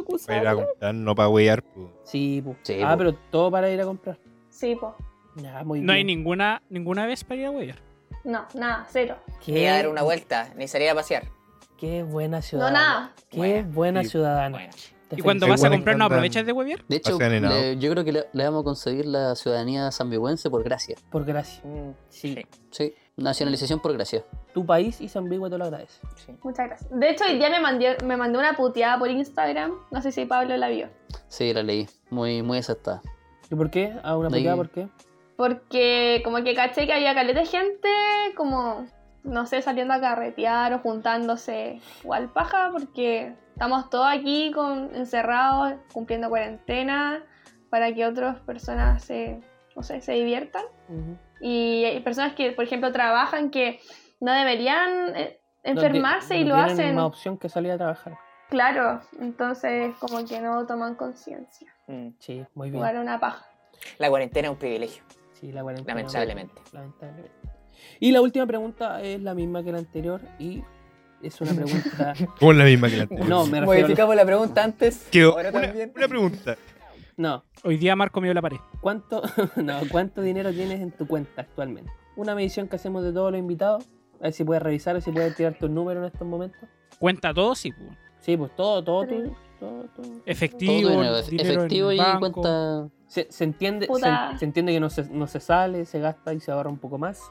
a acusarlo. comprar, no para wear, pues. Sí, pues. Sí, ah, po. pero todo para ir a comprar. Sí, po. Ya, muy No hay bien. ninguna, ninguna vez para ir a huellar. No, nada, cero. Ni Qué, a dar una vuelta, ni salir a pasear. qué buena ciudadana. No, nada. Qué Buena, buena sí, ciudadana. Bueno, Te Y cuando Soy vas a buena comprar, no cantando. aprovechas de huevear. De hecho, sea, nena. le- yo creo que le, le vamos a conseguir la ciudadanía zambigüense por gracia. Por gracia. mm, Sí. Sí. Sí, nacionalización por gracia. Tu país y San Vigo te lo agradece. sí. Muchas gracias. De hecho, hoy día me mandé, me mandó una puteada por Instagram. No sé si Pablo la vio. Sí, la leí. Muy, muy exacta. ¿Y por qué? ¿A una Ahí- puteada por qué? Porque como que caché que había caleta de gente como, no sé, saliendo a carretear o juntándose igual paja porque estamos todos aquí con, encerrados, cumpliendo cuarentena para que otras personas se, no sé, se diviertan. Ujú. Y hay personas que, por ejemplo, trabajan que no deberían eh, enfermarse No y ti- lo no tienen hacen. más opción que salir a trabajar. Claro, entonces como que no toman conciencia. Mm. Sí, muy bien. Jugar una paja. La cuarentena es un privilegio. Sí, la cuarentena. Lamentablemente. Lamentablemente. Y la última pregunta es la misma que la anterior y es una pregunta. [laughs] ¿Cómo es la misma que la anterior? No, me refiero. a- Modificamos la pregunta antes. Quedó ahora una, también. una pregunta. No. Hoy día Marco me dio la pared. ¿Cuánto, [laughs] no, ¿Cuánto dinero tienes en tu cuenta actualmente? Una medición que hacemos de todos los invitados. A ver si puedes revisar, a ver si puedes tirar tu número en estos momentos. Cuenta todo, sí. po. Sí, pues todo, todo tu. Todo, todo. Todo Efectivo, dinero, ef- dinero en efectivo el y banco. cuenta. Se, se entiende, Puta. se, se entiende que no se, no se sale, se gasta y se ahorra un poco más.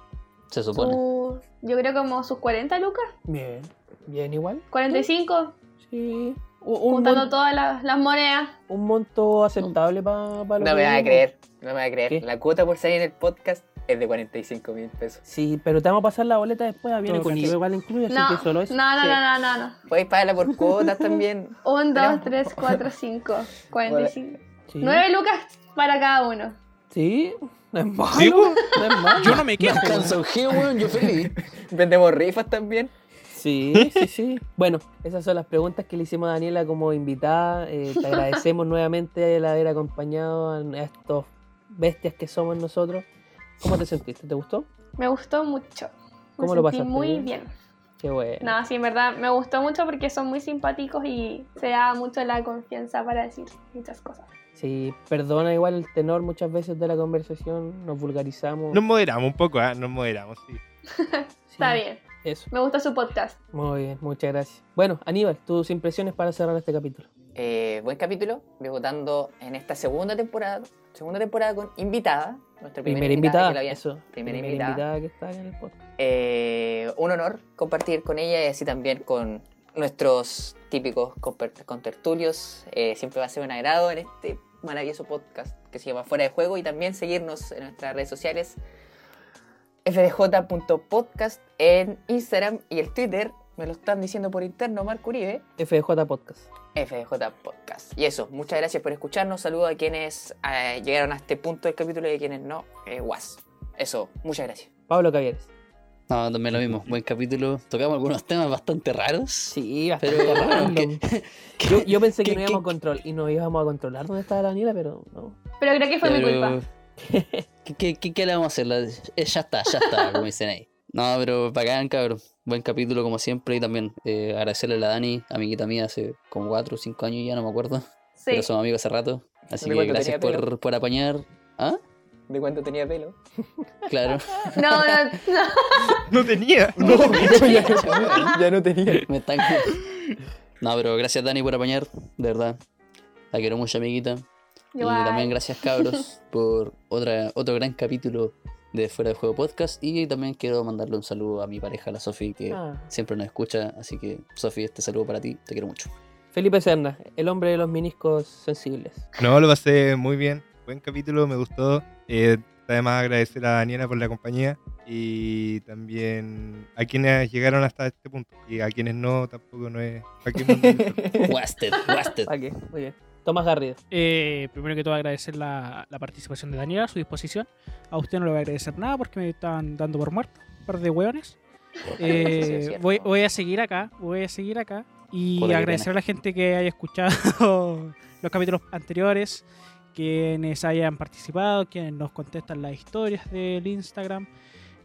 Se supone. Su- yo creo como sus 40 lucas, Bien, bien igual. 45, Sí. Un, un juntando mon- todas las, las monedas. un monto aceptable para No me vas a creer. No me vas a creer. ¿Qué? La cuota por salir en el podcast es de 45 mil pesos. Sí, pero te vamos a pasar la boleta después, viene Todo con tranquilo. IVA igual incluye, así No, que solo es. no, no, sí. no, no, no, Podéis pagarla por cuotas [laughs] también. no. 1, Tenemos- 2, 3, [laughs] 4, 5, 45. Sí. 9 lucas para cada uno. Sí, no es malo. Sí, po. No es malo. [laughs] Yo no me quejo. Cansaujeo, weón, yo feliz. Vendemos rifas también. Sí, sí, sí. Bueno, esas son las preguntas que le hicimos a Daniela como invitada. Eh, te agradecemos [laughs] nuevamente el haber acompañado a estos bestias que somos nosotros. ¿Cómo te sentiste? ¿Te gustó? Me gustó mucho. Me ¿Cómo lo sentí pasaste? muy ¿Bien? bien. Qué bueno. No, sí, en verdad me gustó mucho porque son muy simpáticos y se da mucho la confianza para decir muchas cosas. Sí, perdona igual el tenor muchas veces de la conversación, nos vulgarizamos. Nos moderamos un poco, ¿ah? Nos moderamos, sí. Sí, Está bien, Eso. me gusta su podcast. Muy bien, muchas gracias. Bueno, Aníbal, tus impresiones para cerrar este capítulo. Eh, buen capítulo. Debutando en esta segunda temporada. Segunda temporada con invitada. Nuestra Primera invitada, que la había- eso. Primera invitada. que está en el podcast. Eh, un honor compartir con ella y así también con nuestros típicos comper- contertulios. Eh, siempre va a ser un agrado en este maravilloso podcast que se llama Fuera de Juego y también seguirnos en nuestras redes sociales fdj.podcast en Instagram y el Twitter. Me lo están diciendo por interno Marco Uribe. FDJ Podcast. FDJ Podcast. Y eso, muchas gracias por escucharnos. Saludo a quienes eh, llegaron a este punto del capítulo y a quienes no. Eh, guas. Eso, muchas gracias. Pablo Cavieres. No, también lo mismo. Buen capítulo. Tocamos algunos temas bastante raros. Sí, [laughs] Pero random. que- que- Yo, yo pensé que ¿Qué- no íbamos a qué- control y nos íbamos a controlar dónde estaba Daniela, pero no. Pero creo que fue mi culpa. pero- ¿Qué, qué, qué- qué le vamos a hacer? La- eh, ya está, ya está, como dicen ahí. No, pero bacán, cabrón. Buen capítulo, como siempre. Y también eh, agradecerle a la Dani, amiguita mía, hace como 4 o 5 años ya, no me acuerdo. Sí, Pero somos amigos hace rato. Así que Recuerdo, gracias tenía pelo. por, por apañar. ¿Ah? ¿De cuánto tenía pelo? [laughs] Claro. no, no, no. [laughs] No tenía. No, ya, no tenía. Me están- No, pero gracias, Dani, por apañar. De verdad. La quiero mucho, amiguita. Y también Igual. gracias cabros por otra, otro gran capítulo de Fuera de Juego Podcast. Y también quiero mandarle un saludo a mi pareja, la Sofi, que Ah. siempre nos escucha. Así que, Sofi, este saludo para ti. Te quiero mucho. Felipe Serna, el hombre de los meniscos [laughs] sensibles. [laughs] No, lo pasé muy bien. Buen capítulo, me gustó. Eh, además, agradecer a Daniela por la compañía y también a quienes llegaron hasta este punto. Y a quienes no, tampoco no es. ¿pa' qué [laughs] mandar? Wasted, wasted. ¿Para qué? Muy bien. Tomás Garrido. Eh, primero que todo agradecer la, la participación de Daniela, su disposición. A usted no le voy a agradecer nada porque me estaban dando por muerto, un par [laughs] de hueones. Eh, Sí, es cierto. voy, voy a seguir acá, voy a seguir acá. Y Joder, qué agradecer pena. a la gente que haya escuchado [laughs] los capítulos anteriores, quienes hayan participado, quienes nos contestan las historias del Instagram,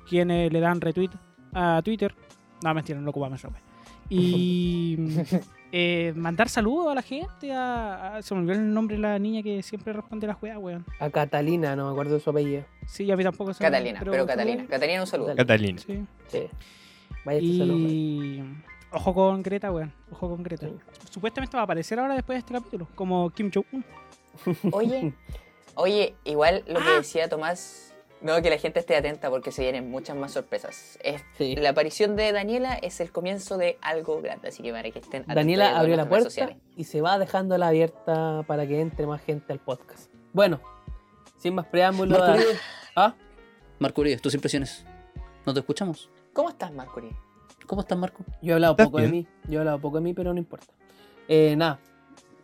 quienes le dan retweet a Twitter. No, mentira, no lo ocupamos esa wea. Y [laughs] eh, mandar saludos a la gente. A, a- se me olvidó el nombre de la niña que siempre responde las weas, weón. A Catalina, no me acuerdo de su apellido. Sí, a mí tampoco se me- Catalina, pero, Catalina. Catalina, un saludo. Dale. Catalina. Sí. Sí. Vaya este saludo. Y. Ojo con Greta, weón. Ojo con Greta. Sí. Supuestamente va a aparecer ahora después de este capítulo, como Kim Jong-un. Oye, oye, igual lo Ah. que decía Tomás, no que la gente esté atenta porque se vienen muchas más sorpresas. Es, Sí. la aparición de Daniela es el comienzo de algo grande, así que para que estén atentos en Daniela abrió la nuestras redes puerta sociales. y se va dejándola abierta para que entre más gente al podcast. Bueno, sin más preámbulo. Marco a- Uribe, ¿Ah? Marco Uribe, tus impresiones. No te escuchamos. ¿Cómo estás, Mercury? ¿Cómo estás, Marco? Yo he hablado ¿Estás poco de bien? mí, yo he hablado poco de mí, pero no importa. Eh, nada,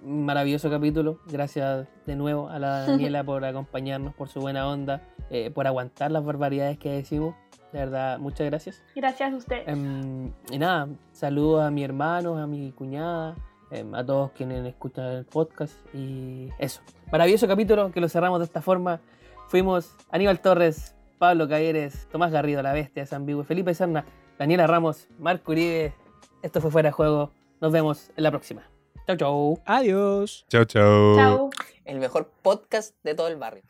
maravilloso capítulo. Gracias de nuevo a [laughs] la Daniela por acompañarnos, por su buena onda, eh, por aguantar las barbaridades que decimos. De verdad, muchas gracias. Gracias a ustedes. Em, y nada, saludos a mi hermano, a mi cuñada, em, a todos quienes escuchan el podcast. Y eso. Maravilloso capítulo que lo cerramos de esta forma. Fuimos Aníbal Torres, Pablo Cayeres, Tomás Garrido, La Bestia, San Vivo, Felipe Serna, Daniela Ramos, Marco Uribe. Esto fue Fuera de Juego. Nos vemos en la próxima. Chau, chau. Adiós. Chao, chao. Eh, Chao. El mejor podcast de todo el barrio.